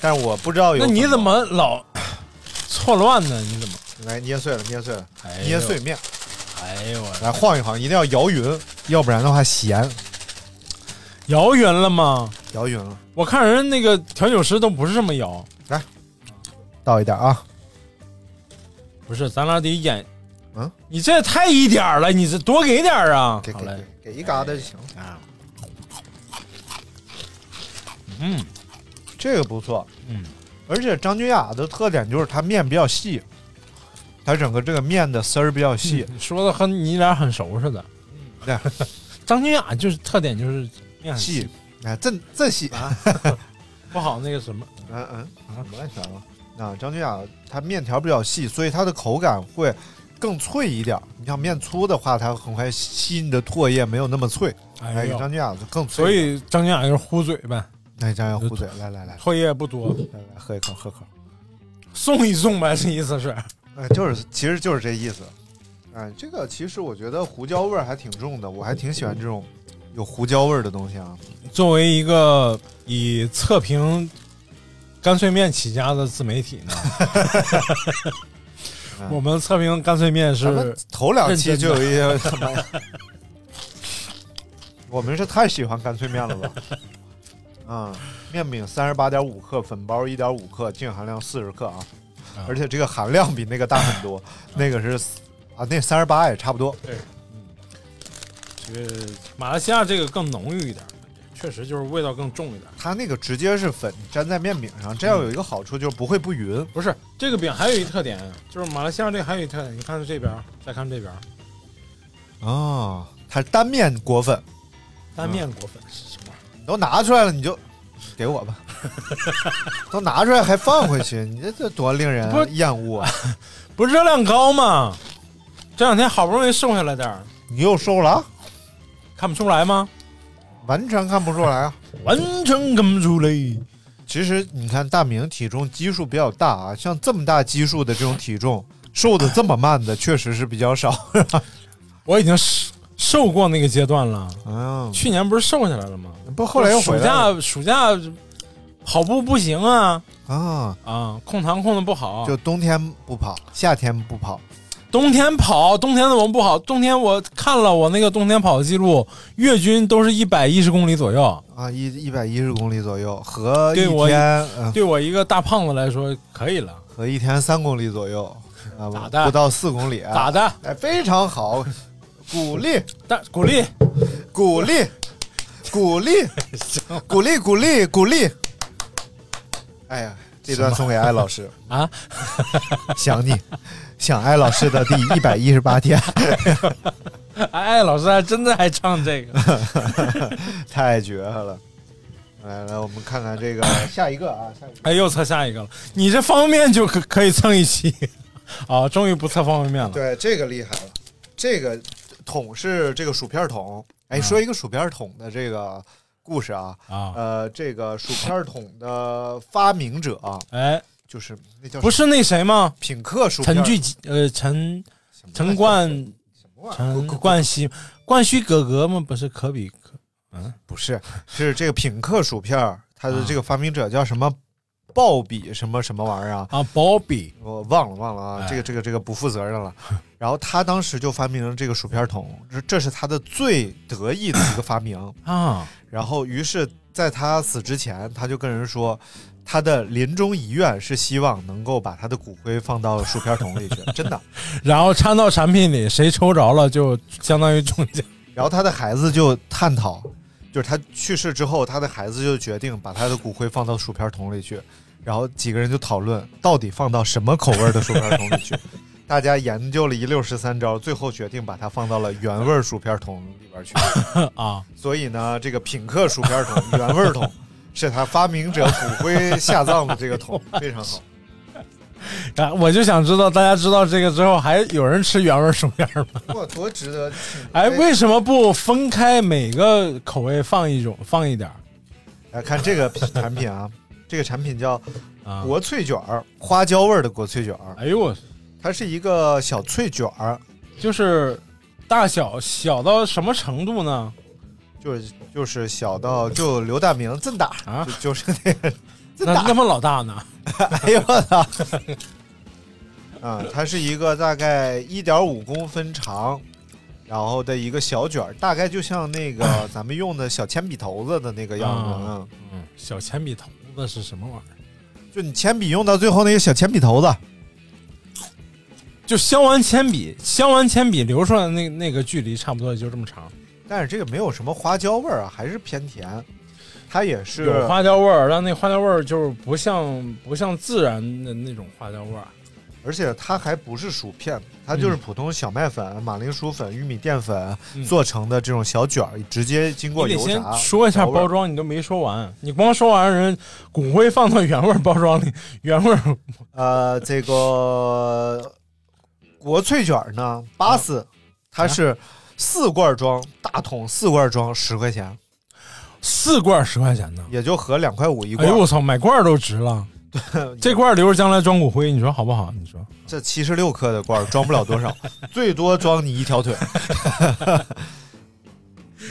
Speaker 6: 但是我不知道有。啊
Speaker 7: 那你怎？么老 错乱呢？你怎么？
Speaker 6: 来捏碎了，捏碎了，
Speaker 7: 哎呦
Speaker 6: 捏碎面，
Speaker 7: 哎呦我
Speaker 6: 来晃一晃，一定要摇匀，要不然的话咸。
Speaker 7: 摇匀了吗？
Speaker 6: 摇匀了，
Speaker 7: 我看人那个调酒师都不是这么摇，
Speaker 6: 倒一点啊。
Speaker 7: 不是，咱俩得演。
Speaker 6: 嗯，
Speaker 7: 你这太一点儿了，你这多给点儿啊！好嘞，
Speaker 6: 给一疙瘩就行。
Speaker 7: 啊，嗯，
Speaker 6: 这个不错。
Speaker 7: 嗯，
Speaker 6: 而且张君雅的特点就是它面比较细，它整个这个面的丝儿比较细。
Speaker 7: 你嗯说的和你俩很熟似的。
Speaker 6: 对，
Speaker 7: 张君雅就是特点就是面很细
Speaker 6: 细，哎，这这细 啊，
Speaker 7: 不好那个什么，
Speaker 6: 嗯嗯，什么乱七八糟啊？张君雅它面条比较细，所以它的口感会更脆一点儿。你像面粗的话，它很快吸你的唾液，没有那么脆。
Speaker 7: 哎
Speaker 6: 哎，
Speaker 7: 呦
Speaker 6: 张君雅就更脆。
Speaker 7: 所以张君雅就是糊嘴呗，
Speaker 6: 哎，张君雅糊嘴，来来来，
Speaker 7: 唾液不多，
Speaker 6: 来来哎喝一口，喝口。
Speaker 7: 送一送呗，这意思是。
Speaker 6: 哎，就是，其实就是这意思。哎，这个其实我觉得胡椒味儿还挺重的，我还挺喜欢这种有胡椒味儿的东西啊。
Speaker 7: 作为一个以测评干脆面起家的自媒体 呢，我们测评干脆面
Speaker 6: 咱们
Speaker 7: 是
Speaker 6: 头两期
Speaker 7: 认
Speaker 6: 就
Speaker 7: 真的
Speaker 6: 有一些，他妈呀我们是太喜欢干脆面了吧？嗯，面饼三十八点五克，粉包一点五克，净含量四十克啊，而且这个含量比那个大很多，那个是啊，那三十八也差不多。
Speaker 7: 对，这个马来西亚这个更浓郁一点，确实就是味道更重一点。
Speaker 6: 它那个直接是粉粘在面饼上，这样有一个好处就是不会不匀。
Speaker 7: 不是这个饼还有一特点，就是马来西亚这个还有一特点，你看这边，再看这边，
Speaker 6: 哦，它是单面裹粉，
Speaker 7: 单面裹粉是什么玩意
Speaker 6: 你都拿出来了，你就给我 吧。都拿出来还放回去，你这这多令人
Speaker 7: 不
Speaker 6: 厌恶啊！
Speaker 7: 儿？不是热量高吗？这两天好不容易瘦下来点儿，
Speaker 6: 你又瘦了啊，
Speaker 7: 看不出来吗？
Speaker 6: 完全看不出来啊！
Speaker 7: 完全看不出来。
Speaker 6: 其实你看大明体重基数比较大啊，像这么大基数的这种体重，瘦的这么慢的确实是比较少。
Speaker 7: 我已经瘦瘦过那个阶段了，
Speaker 6: 嗯，
Speaker 7: 去年不是瘦下来了吗？
Speaker 6: 不后来又回
Speaker 7: 暑
Speaker 6: 来了
Speaker 7: 假暑假跑步不行啊
Speaker 6: 啊，
Speaker 7: 啊，控糖控的不好，
Speaker 6: 就冬天不跑，夏天不跑，
Speaker 7: 冬天跑，冬天怎么不好？冬天我看了我那个冬天跑的记录，月均都是一百一十公里左右。
Speaker 6: 啊，一一百一十公里左右，和一
Speaker 7: 对我
Speaker 6: 天呃
Speaker 7: 对我一个大胖子来说，可以了，
Speaker 6: 和一天三公里左右，啊，
Speaker 7: 咋的
Speaker 6: 不到四公里啊，
Speaker 7: 咋的？
Speaker 6: 哎，非常好，鼓励，
Speaker 7: 但鼓励
Speaker 6: 鼓励，鼓励，鼓励，鼓励，鼓励。哎呀，这段送给艾老师，
Speaker 7: 啊，
Speaker 6: 想你，想艾老师的第一百一十八天，
Speaker 7: 哎，老师还真的还唱这个，
Speaker 6: 太绝了。来来，我们看看这个下一个啊，下一个
Speaker 7: 哎，又测下一个了。你这方便面就可可以蹭一期， 啊，终于不测方便面了。
Speaker 6: 对，这个厉害了，这个桶是这个薯片桶。哎，说一个薯片桶的这个故事啊，
Speaker 7: 啊
Speaker 6: 呃，这个薯片桶的发明者啊，
Speaker 7: 哎，
Speaker 6: 就是那叫
Speaker 7: 不是那谁吗？
Speaker 6: 品客薯片
Speaker 7: 陈巨基呃陈
Speaker 6: 什么来着
Speaker 7: 陈冠
Speaker 6: 什么玩意儿
Speaker 7: 陈冠希冠希哥哥吗？不是可比可
Speaker 6: 不是是这个品客薯片儿，它
Speaker 7: 啊
Speaker 6: 的这个发明者叫什么？鲍比什么什么玩意儿啊？
Speaker 7: 啊，Bobby
Speaker 6: 我忘了忘了啊，
Speaker 7: 哎
Speaker 6: 这个这个这个不负责任了。然后他当时就发明了这个薯片桶，这这是他的最得意的一个发明。
Speaker 7: 啊，
Speaker 6: 然后，于是在他死之前，他就跟人说，他的临终遗愿是希望能够把他的骨灰放到薯片桶里去，真的。
Speaker 7: 然后掺到产品里，谁抽着了就相当于中奖。
Speaker 6: 然后他的孩子就探讨，就是他去世之后，他的孩子就决定把他的骨灰放到薯片桶里去，然后几个人就讨论到底放到什么口味的薯片桶里去。大家研究了一溜十三招，最后决定把它放到了原味薯片桶里边去
Speaker 7: 啊。
Speaker 6: 所以呢，这个品客薯片桶原味桶是他发明者骨灰下葬的这个桶，非常好。
Speaker 7: 啊，我就想知道，大家知道这个之后，还有人吃原味薯片吗？
Speaker 6: 哇，多值得！
Speaker 7: 哎，为什么不分开每个口味放一种，放一点儿？
Speaker 6: 来哎看这个产品啊，这个产品叫
Speaker 7: 啊
Speaker 6: 国粹卷儿，花椒味儿的国粹卷儿。
Speaker 7: 哎呦我，
Speaker 6: 它是一个小脆卷儿，
Speaker 7: 就是大小小到什么程度呢？
Speaker 6: 就是就是小到就刘大明这么大啊，就就是那个这
Speaker 7: 那
Speaker 6: 么大
Speaker 7: 那么老大呢？
Speaker 6: 哎呦我 操！啊，它是一个大概一点五公分长，然后的一个小卷儿，大概就像那个 咱们用的小铅笔头子的那个样子。
Speaker 7: 啊
Speaker 6: 嗯，
Speaker 7: 嗯，小铅笔头子是什么玩意儿？
Speaker 6: 就你铅笔用到最后那个小铅笔头子，
Speaker 7: 就削完铅笔，削完铅笔留出来的那那个距离差不多也就这么长，
Speaker 6: 但是这个没有什么花椒味儿啊，还是偏甜。它也是
Speaker 7: 有花椒味儿，啊但那花椒味儿就是不像不像自然的那种花椒味儿。
Speaker 6: 而且它还不是薯片，它就是普通小麦粉、马铃薯粉、玉米淀粉、
Speaker 7: 嗯
Speaker 6: 做成的这种小卷儿，直接经过
Speaker 7: 你
Speaker 6: 油
Speaker 7: 得先
Speaker 6: 炸。
Speaker 7: 说一下
Speaker 6: 调味儿
Speaker 7: 包，装，你都没说完，你光说完人骨灰放到原味儿包装里， 原味儿
Speaker 6: 呃，这个国粹卷儿呢，八四、
Speaker 7: 啊
Speaker 6: 它是四罐装，大桶四罐装，十块钱，
Speaker 7: 四罐十块钱呢，
Speaker 6: 也就合两块五一
Speaker 7: 哎
Speaker 6: 罐。
Speaker 7: 呦我操，买罐儿都 值了。这罐儿留着将来装骨灰，你说好不好？你说
Speaker 6: 这七十六克的罐儿装不了多 少，最多装你一条腿。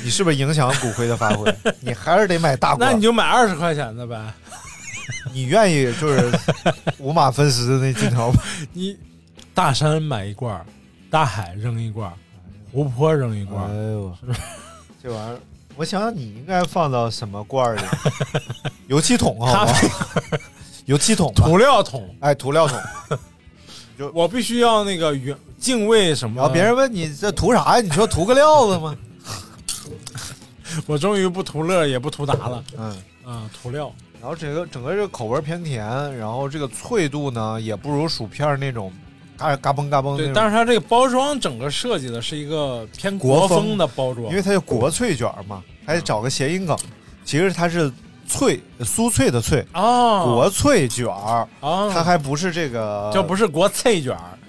Speaker 6: 你是不是影响骨灰的发挥？你还是得买 大罐
Speaker 7: 那
Speaker 6: 儿
Speaker 7: 你。就买二十块钱的呗。
Speaker 6: 你愿意就是五马分尸的那镜头 吗？
Speaker 7: 你大山买一罐儿，大海扔一罐儿，湖泊扔一罐儿。
Speaker 6: 哎呦，这玩意儿，我想想，你应该放到什么罐 儿里？油漆桶好吗？ 油漆桶吧、
Speaker 7: 涂嗯料桶，
Speaker 6: 哎，涂料桶。
Speaker 7: 我必须要那个原敬畏什么？
Speaker 6: 然后别人问你这涂啥呀？你说涂个料子吗？
Speaker 7: 我终于不图乐也不图达了，
Speaker 6: 嗯。
Speaker 7: 啊，涂料。
Speaker 6: 然后整个整个这个口味偏甜，然后这个脆度呢也不如薯片那种嘎嘎嘣嘎嘣那
Speaker 7: 对
Speaker 6: 种，，
Speaker 7: 但是它这个包装整个设计的是一个偏
Speaker 6: 国
Speaker 7: 风的包装，
Speaker 6: 因为它叫国粹卷儿嘛，还得找个谐音梗。其实它是脆呃酥脆的脆，
Speaker 7: 哦，
Speaker 6: 国粹卷儿，
Speaker 7: 哦
Speaker 6: 它还不是这个，
Speaker 7: 这不是国菜卷儿，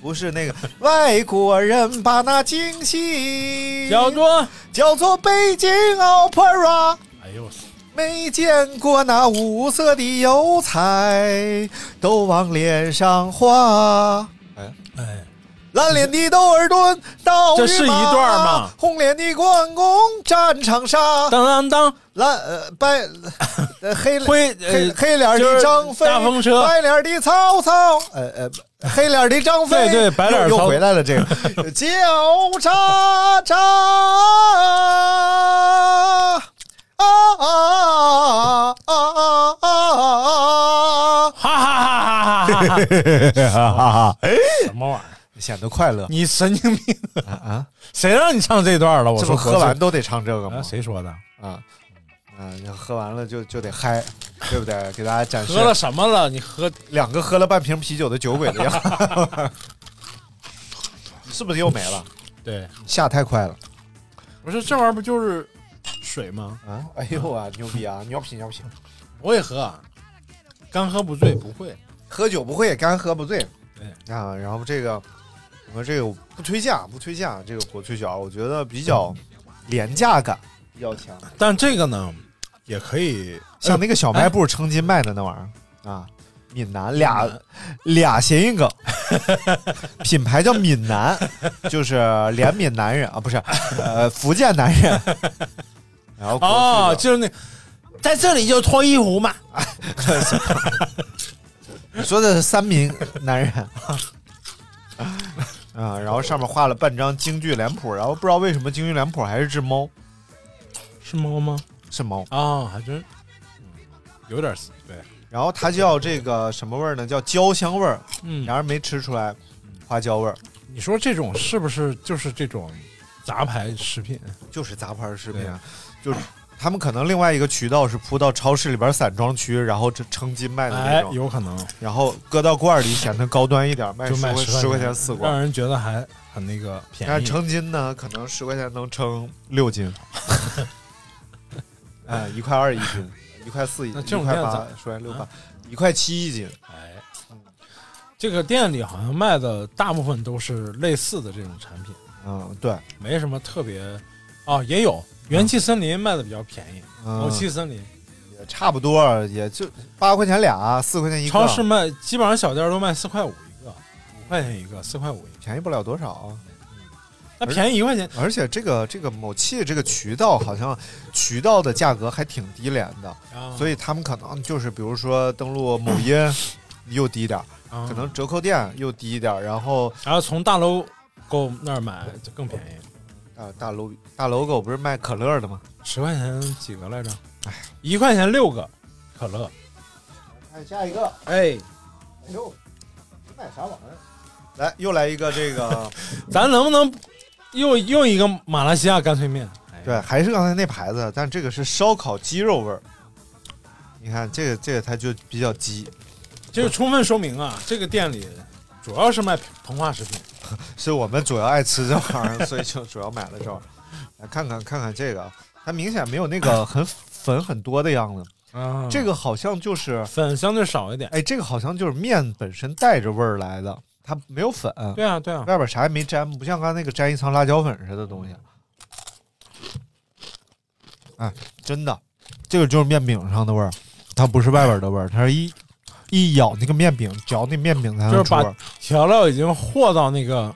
Speaker 6: 不是那个 外国人把那惊喜
Speaker 7: 叫做
Speaker 6: 叫做北京 opera，
Speaker 7: 哎呦我操，
Speaker 6: 啊没见过那五色的油彩都往脸上画。哎，
Speaker 7: 哎，
Speaker 6: 蓝脸的窦尔敦，到
Speaker 7: 这是一段儿吗
Speaker 6: 红脸的关公战长沙，
Speaker 7: 当当当，
Speaker 6: 蓝呃白呃黑
Speaker 7: 灰呃
Speaker 6: 黑黑脸的张飞，
Speaker 7: 就是大风车
Speaker 6: 白脸的曹操，呃呃，黑脸的张飞，
Speaker 7: 对对白脸
Speaker 6: 又又
Speaker 7: 曹
Speaker 6: 回来了，这个叫喳喳啊啊啊啊啊！
Speaker 7: 哈哈哈哈哈哈，
Speaker 6: 哈哈，
Speaker 7: 什么玩意儿？
Speaker 6: 显得快乐
Speaker 7: 你神经病
Speaker 6: 啊啊！
Speaker 7: 谁让你唱这段了？我
Speaker 6: 这
Speaker 7: 说
Speaker 6: 不
Speaker 7: 国
Speaker 6: 喝
Speaker 7: 粹
Speaker 6: 完都得唱这个
Speaker 7: 啊，
Speaker 6: 吗？
Speaker 7: 谁说的？
Speaker 6: 啊啊！你喝完了就就得嗨，对不对？给大家展示
Speaker 7: 喝了什么了？你喝
Speaker 6: 两个喝了半瓶啤酒的酒鬼的样子，是不是又没了？
Speaker 7: 对，
Speaker 6: 下太快了
Speaker 7: 我说这玩意儿不就是水吗？
Speaker 6: 啊！哎呦啊，牛逼啊！牛皮牛皮，
Speaker 7: 我也喝，啊，干喝不醉，不会。
Speaker 6: 喝酒不会干喝不醉。
Speaker 7: 对
Speaker 6: 啊，然后这个我说这个我不推荐，不推荐这个国粹酒，我觉得比较廉价感比较强，
Speaker 7: 但这个呢，也可以
Speaker 6: 像那个小卖部称斤卖的那玩意儿啊。闽南俩俩谐音梗，品牌叫闽南，就是怜悯男人啊，不是，呃，福建男人。然后国
Speaker 7: 哦，
Speaker 6: 粹酒
Speaker 7: 就是那在这里就脱衣服嘛。
Speaker 6: 你 说的是三民男人 啊，然后上面画了半张京剧脸谱，然后不知道为什么京剧脸谱还是只猫，
Speaker 7: 是猫吗？
Speaker 6: 是猫，
Speaker 7: 啊，还真有点死对。
Speaker 6: 然后它叫这个什么味儿呢？叫焦香味儿，
Speaker 7: 嗯，
Speaker 6: 然而没吃出来花椒味儿。
Speaker 7: 你说这种是不是就是这种杂牌食品？
Speaker 6: 就是杂牌食品啊，就是他们可能另外一个渠道是铺到超市里边散装区，然后这称斤卖的那
Speaker 7: 哎
Speaker 6: 种，，
Speaker 7: 有可能
Speaker 6: 然后搁到罐儿里显得高端一点，卖
Speaker 7: 就卖
Speaker 6: 十
Speaker 7: 10
Speaker 6: 块钱四罐，哎
Speaker 7: 让人觉得还很那个便
Speaker 6: 但
Speaker 7: 宜。
Speaker 6: 是称斤呢，可能十块钱能称六 斤，哎，一块二一斤，一块四一
Speaker 7: 那
Speaker 6: 斤，
Speaker 7: 这
Speaker 6: 一
Speaker 7: 种
Speaker 6: 块
Speaker 7: 店
Speaker 6: 八
Speaker 7: 咋，
Speaker 6: 十块六八
Speaker 7: 啊，
Speaker 6: 一块七一斤，
Speaker 7: 哎，这个店里好像卖的大部分都是类似的这种产品，
Speaker 6: 嗯，对，
Speaker 7: 没什么特别。哦，也有元气森林卖的比较便宜，
Speaker 6: 嗯
Speaker 7: 某气森林
Speaker 6: 也差不多，也就八块钱俩，四块钱一个，
Speaker 7: 超市卖，基本上小店都卖四块五一个，五块钱一个，四块五一个，
Speaker 6: 便宜不了多少啊。
Speaker 7: 那便宜一块钱。
Speaker 6: 而且这个这个某器这个渠道好像渠道的价格还挺低廉的，
Speaker 7: 啊
Speaker 6: 所以他们可能就是比如说登录某音 又低点儿，
Speaker 7: 啊
Speaker 6: 可能折扣店又低一点儿，然后
Speaker 7: 然后从大楼购那儿买就更便宜，
Speaker 6: 啊大 l 大 logo 不是卖可乐的吗？
Speaker 7: 十块钱几个来着？哎一块钱六个可乐。
Speaker 6: 看下一个，
Speaker 9: 哎，
Speaker 6: 哎呦，卖啥玩意儿？来，又来一个这个，
Speaker 7: 咱能不能又又一个马来西亚干脆面？
Speaker 6: 对，还是刚才那牌子，但这个是烧烤鸡肉味儿。你看这个这个它就比较鸡，
Speaker 7: 这就充分说明啊，这个店里主要是卖膨化食品。
Speaker 6: 是我们主要爱吃这玩意儿，所以就主要买了这玩意儿。来看看看看这个，啊它明显没有那个很粉很多的样子。
Speaker 7: 啊
Speaker 6: 这个好像就是
Speaker 7: 粉相对少一点。
Speaker 6: 哎，这个好像就是面本身带着味儿来的，它没有粉。
Speaker 7: 对啊，对啊，
Speaker 6: 外边啥也没沾，不像刚才那个沾一层辣椒粉似的东西。哎，真的，这个就是面饼上的味儿，它不是外边的味儿，它是一一咬那个面饼，嚼那面饼才
Speaker 7: 就
Speaker 6: 能
Speaker 7: 是
Speaker 6: 出味
Speaker 7: 把
Speaker 6: 儿
Speaker 7: 调料已经和到那个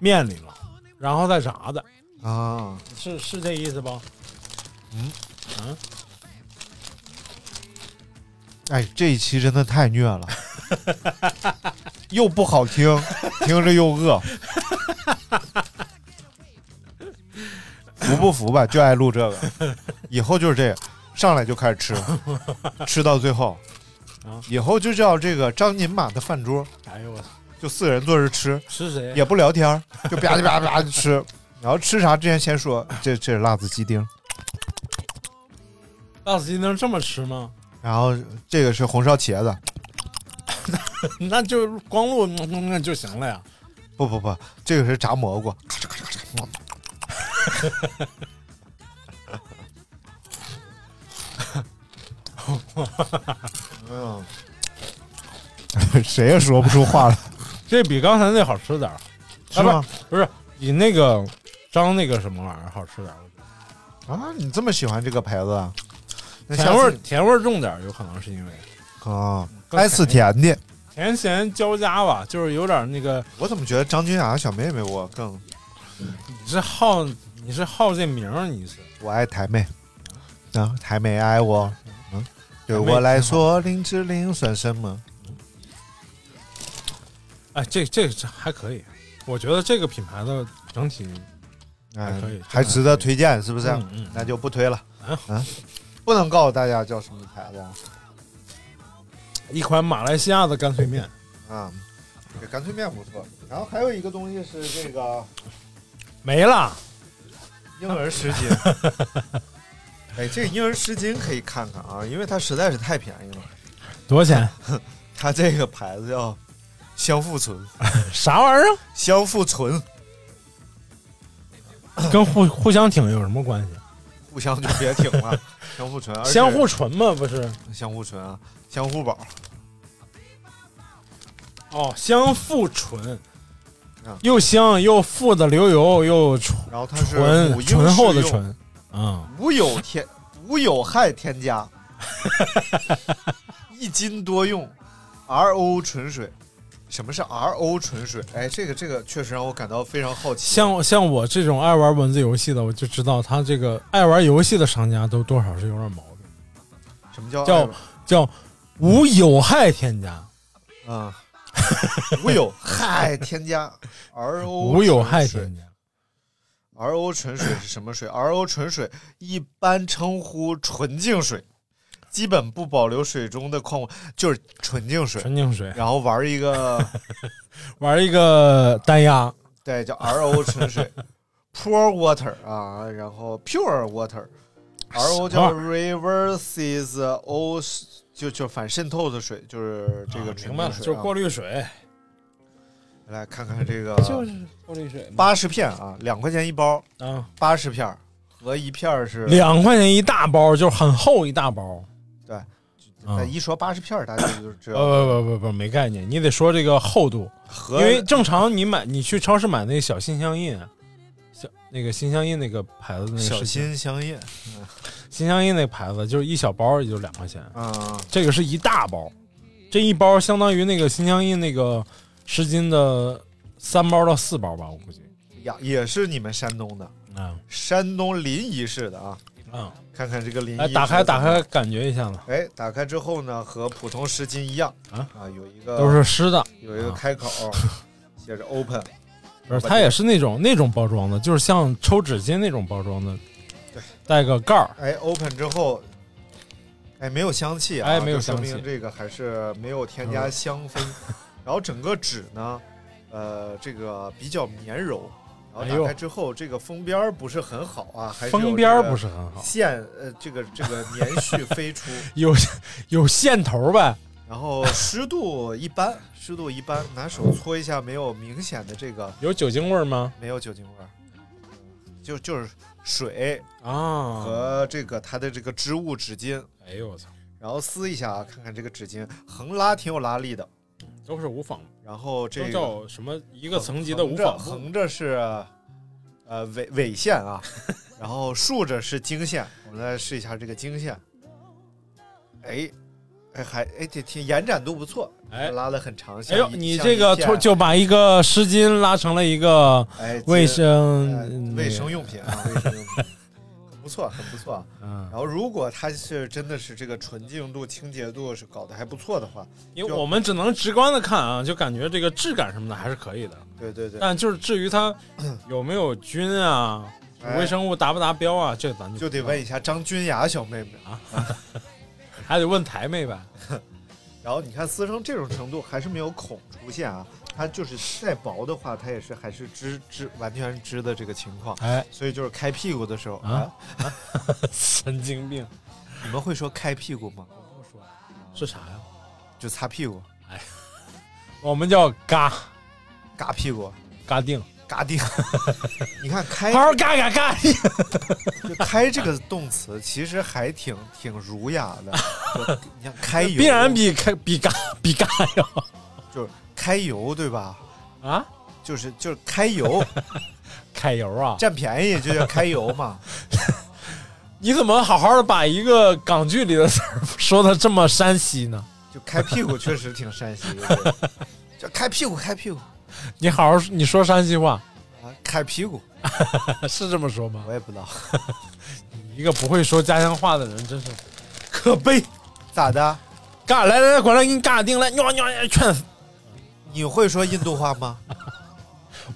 Speaker 7: 面里了，然后再炸的，
Speaker 6: 啊。
Speaker 7: 是是这意思吧？
Speaker 6: 嗯
Speaker 7: 嗯，
Speaker 6: 哎，这一期真的太虐了， 又不好听，听着又饿，服不服吧？就爱录这个，以后就是这个，上来就开始吃，吃到最后
Speaker 7: 啊，
Speaker 6: 以后就叫这个张宁马的饭桌，
Speaker 7: 哎呦我操，
Speaker 6: 就四个人坐着吃，
Speaker 7: 是谁？
Speaker 6: 也不聊天儿，就吧唧吧唧吧唧吃，然后吃啥之前先说这这是辣子鸡丁，
Speaker 7: 辣子鸡丁这么吃吗？
Speaker 6: 然后这个是红烧茄子。
Speaker 7: 那就光录嗯嗯嗯就行了呀。
Speaker 6: 不不不，这个是炸蘑菇。嗯， 谁也说不出话来，
Speaker 7: 这比刚才那好吃点儿，
Speaker 6: 是吗
Speaker 7: 啊？不是，不是比那个张那个什么玩意儿好吃点儿。我觉得
Speaker 6: 啊，你这么喜欢这个牌子啊？那下
Speaker 7: 甜味儿
Speaker 6: 次
Speaker 7: 甜味儿重点儿，有可能是因为
Speaker 6: 啊，
Speaker 7: 更
Speaker 6: 爱吃甜的。
Speaker 7: 甜咸交加吧，就是有点那个。
Speaker 6: 我怎么觉得张君雅小妹妹我更
Speaker 7: 你是好你是好这名儿，你是
Speaker 6: 我爱台妹啊，台妹爱我，嗯，对我来说林志玲算什么？
Speaker 7: 哎，这这这还可以，我觉得这个品牌的整体
Speaker 6: 哎
Speaker 7: 还可以，
Speaker 6: 还值得推荐是不是？
Speaker 7: 嗯嗯
Speaker 6: 那就不推了。
Speaker 7: 嗯
Speaker 6: 嗯，不能告诉大家叫什么牌子啊。
Speaker 7: 一款马来西亚的干脆面，
Speaker 6: 啊，这干脆面不错。然后还有一个东西是这个
Speaker 7: 没了。
Speaker 6: 婴儿湿巾。 哎，这个婴儿湿巾可以看看啊，因为它实在是太便宜了。
Speaker 7: 多少钱？
Speaker 6: 它这个牌子叫香馥醇，
Speaker 7: 啥玩意儿啊？
Speaker 6: 香馥醇
Speaker 7: 跟互互相挺有什么关系？
Speaker 6: 互相就别挺了，香馥醇，而且
Speaker 7: 相互醇嘛，不是？
Speaker 6: 香馥醇啊，香馥宝。
Speaker 7: 哦，相互醇
Speaker 6: 啊，
Speaker 7: 又香又富的流油，又纯
Speaker 6: 然后它是母
Speaker 7: 醇
Speaker 6: 婴
Speaker 7: 醇厚的
Speaker 6: 适用
Speaker 7: 醇，嗯，
Speaker 6: 无有 添无有害添加，一斤多用，RO 纯水。什么是 RO 纯水？哎，这个这个确实让我感到非常好奇。
Speaker 7: 像像我这种爱玩文字游戏的，我就知道他这个爱玩游戏的商家都多少是有点毛病，
Speaker 6: 什么叫哎
Speaker 7: 叫叫无有害添加，
Speaker 6: 啊？无有害添加 RO
Speaker 7: 无有害
Speaker 6: 纯水
Speaker 7: 添加。
Speaker 6: RO 纯水是什么水？RO 纯水一般称呼纯净水，基本不保留水中的矿物，就是纯净水，
Speaker 7: 纯净水，
Speaker 6: 然后玩一个
Speaker 7: 玩一个单压，
Speaker 6: 对，叫 RO 纯 水，Pure Water 啊，然后 Pure Water，RO 叫
Speaker 7: 什
Speaker 6: Reverses O，就就反渗透的水，就是这个纯
Speaker 7: 啊明白
Speaker 6: 净
Speaker 7: 了，
Speaker 6: 水，啊
Speaker 7: 就是过
Speaker 6: 滤。
Speaker 7: 滤水，
Speaker 6: 来看看这个，
Speaker 7: 就是过滤水嘛，
Speaker 6: 八十片啊，两块钱一包
Speaker 7: 啊，
Speaker 6: 八十片儿和一片儿是
Speaker 7: 两块钱一大包，就是很厚一大包。
Speaker 6: 对，
Speaker 7: 啊
Speaker 6: 呃那一说八十片儿，大家就知道了。
Speaker 7: 呃不不不不没概念，你得说这个厚度，因
Speaker 6: 和
Speaker 7: 为正常你买你去超市买那个小心相印，啊小那个心相印那个牌子那个是
Speaker 6: 小心相印，
Speaker 7: 心相印那牌子就是一小包也就两块钱，
Speaker 6: 嗯，
Speaker 7: 这个是一大包，这一包相当于那个心相印那个十斤的三包到四包吧，我估计
Speaker 6: 呀，也是你们山东的，
Speaker 7: 啊，
Speaker 6: 山东临沂市的啊，
Speaker 7: 嗯，
Speaker 6: 看看这个临沂
Speaker 7: 来
Speaker 6: 市
Speaker 7: 打开
Speaker 6: 怎
Speaker 7: 打
Speaker 6: 么样
Speaker 7: 开，感觉一下子，
Speaker 6: 哎，打开之后呢，和普通湿巾一样
Speaker 7: 啊
Speaker 6: 有一个
Speaker 7: 都是啊湿的，
Speaker 6: 有一个开口， 写着 open，
Speaker 7: 不是它也是那种那种包装的，就是像抽纸巾那种包装的，
Speaker 6: 对，
Speaker 7: 带个盖儿，
Speaker 6: 哎 open 之后。哎，没有香气啊！
Speaker 7: 哎没有
Speaker 6: 就说
Speaker 7: 香气嗯
Speaker 6: 明这个还是没有添加香 氛。然后整个纸呢，呃，这个比较绵柔。然
Speaker 7: 哎
Speaker 6: 后
Speaker 7: 呦
Speaker 6: 打开之后，这个封边儿不是很好啊，还是有
Speaker 7: 封边儿
Speaker 6: 这个
Speaker 7: 不是很好，
Speaker 6: 线呃，这个这个棉絮飞 出，
Speaker 7: 有有线头呗，
Speaker 6: 然后湿度一般，湿度一般，拿手搓一下，没有明显的这个
Speaker 7: 有酒精味儿吗？
Speaker 6: 没有酒精味儿，
Speaker 7: 嗯
Speaker 6: 就就是水
Speaker 7: 啊
Speaker 6: 和这个它的这个织物纸巾，
Speaker 7: 哎呦我操，
Speaker 6: 然后撕一下啊，看看这个纸巾横拉挺有拉力的，
Speaker 7: 都是无纺，
Speaker 6: 然后这
Speaker 7: 都
Speaker 6: 个
Speaker 7: 叫什么一个层级的无
Speaker 6: 横着
Speaker 7: 纺布，
Speaker 6: 横着是呃纬纬线啊， 然后竖着是经线。我们来试一下这个经线。哎，哎还哎这挺延展度不错，
Speaker 7: 哎
Speaker 6: 拉的很长。
Speaker 7: 哎
Speaker 6: 像一
Speaker 7: 呦，你这个
Speaker 6: 像
Speaker 7: 就
Speaker 6: 一片
Speaker 7: 就把一个湿巾拉成了一个
Speaker 6: 哎
Speaker 7: 卫
Speaker 6: 哎
Speaker 7: 生嗯
Speaker 6: 卫生用品啊，卫生用品， 很不错，很不错啊。
Speaker 7: 嗯
Speaker 6: 然后如果它是真的是这个纯净度、清洁度是搞得还不错的话，
Speaker 7: 因为我们只能直观的看啊，就感觉这个质感什么的还是可以的，
Speaker 6: 对对对，
Speaker 7: 但就是至 于它有没有菌啊、
Speaker 6: 哎
Speaker 7: 微生物达不达标啊，这咱
Speaker 6: 就
Speaker 7: 就
Speaker 6: 得问一下张君雅小妹妹啊。
Speaker 7: 还得问台妹呗。
Speaker 6: 然后你看撕成这种程度，还是没有孔出现啊。它就是再薄的话，它也是还是织织完全织的这个情况。
Speaker 7: 哎，
Speaker 6: 所以就是开屁股的时候
Speaker 7: 啊，神经病，
Speaker 6: 你们会说开屁股吗？
Speaker 7: 是啥呀？
Speaker 6: 就擦屁股，
Speaker 7: 我们叫嘎
Speaker 6: 嘎屁股，
Speaker 7: 嘎定，
Speaker 6: 嘎 定。你看开
Speaker 7: 好好嘎嘎嘎。
Speaker 6: 就开这个动词，其实还挺挺儒雅 的。就你像开油，
Speaker 7: 必然比开比嘎比嘎要
Speaker 6: 就是开油对吧？
Speaker 7: 啊，
Speaker 6: 就是就是开 油，
Speaker 7: 揩油啊！
Speaker 6: 占便宜就叫开油嘛。
Speaker 7: 你怎么好好的把一个港剧里的词儿说的这么山西呢？
Speaker 6: 就开屁 股确实挺山西的，就开屁股开屁股
Speaker 7: 你好好说你说山西话
Speaker 6: 啊，开屁股。
Speaker 7: 是这么说吗？
Speaker 6: 我也不知道
Speaker 7: 你一个不会说家乡话的人真是可悲。
Speaker 6: 咋的。
Speaker 7: 嘎来来来，过来给你嘎定来，尿尿尿劝死
Speaker 6: 你会说印度话 吗？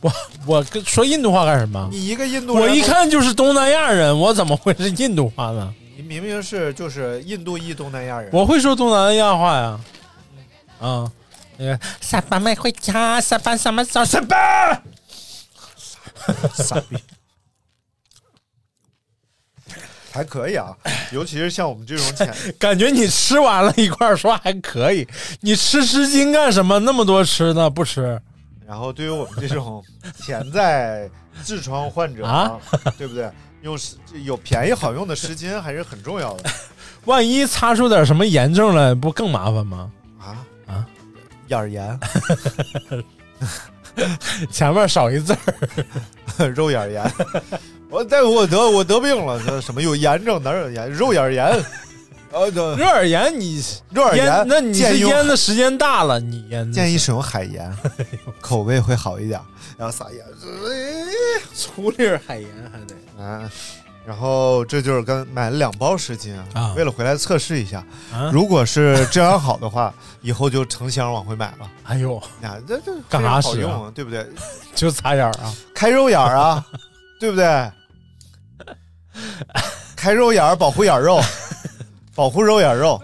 Speaker 7: 我！我跟说印度话干什么？
Speaker 6: 你一个印度人，
Speaker 7: 我一，看就是东南亚人，我怎么会是印度话呢？
Speaker 6: 你明明是就是印度裔东南亚人。
Speaker 7: 我会说东南亚话呀，啊，那个下班没回家，下班什么时候下班？
Speaker 6: 傻逼，还可以啊，尤其是像我们这种浅，
Speaker 7: 感觉你吃完了一块儿说还可以，你吃湿巾干什么？那么多吃呢？不吃？
Speaker 6: 然后对于我们这种潜在痔疮患者
Speaker 7: 啊，
Speaker 6: 对不对？用湿有便宜好用的湿巾还是很重要的
Speaker 7: 万一擦出点什么炎症来，不更麻烦吗？
Speaker 6: 啊
Speaker 7: 啊！
Speaker 6: 眼儿炎，
Speaker 7: 前面少一字儿，
Speaker 6: 肉眼儿炎。 我大夫，我得我得病了，这什么有炎症？哪有炎？肉眼儿炎。呃， 对
Speaker 7: 热耳炎你
Speaker 6: 肉眼儿
Speaker 7: 腌
Speaker 6: 炎，，
Speaker 7: 那你
Speaker 6: 建
Speaker 7: 是
Speaker 6: 议用
Speaker 7: 腌的时间大了，你腌的
Speaker 6: 建议使用海盐，口味会好一点。然后撒盐，
Speaker 7: 粗粒儿海盐还得
Speaker 6: 嗯，然后这就是跟买了两包湿巾
Speaker 7: 啊
Speaker 6: 为了回来测试一下，
Speaker 7: 啊！
Speaker 6: 如果是质量好的话，以后就成箱往回买了。
Speaker 7: 哎呦，
Speaker 6: 呀，这这非
Speaker 7: 干啥
Speaker 6: 常好
Speaker 7: 使啊
Speaker 6: 用啊，对不对？
Speaker 7: 就擦眼儿啊！
Speaker 6: 开肉眼儿啊，对不对？开肉眼儿保护眼儿肉，保护肉眼肉，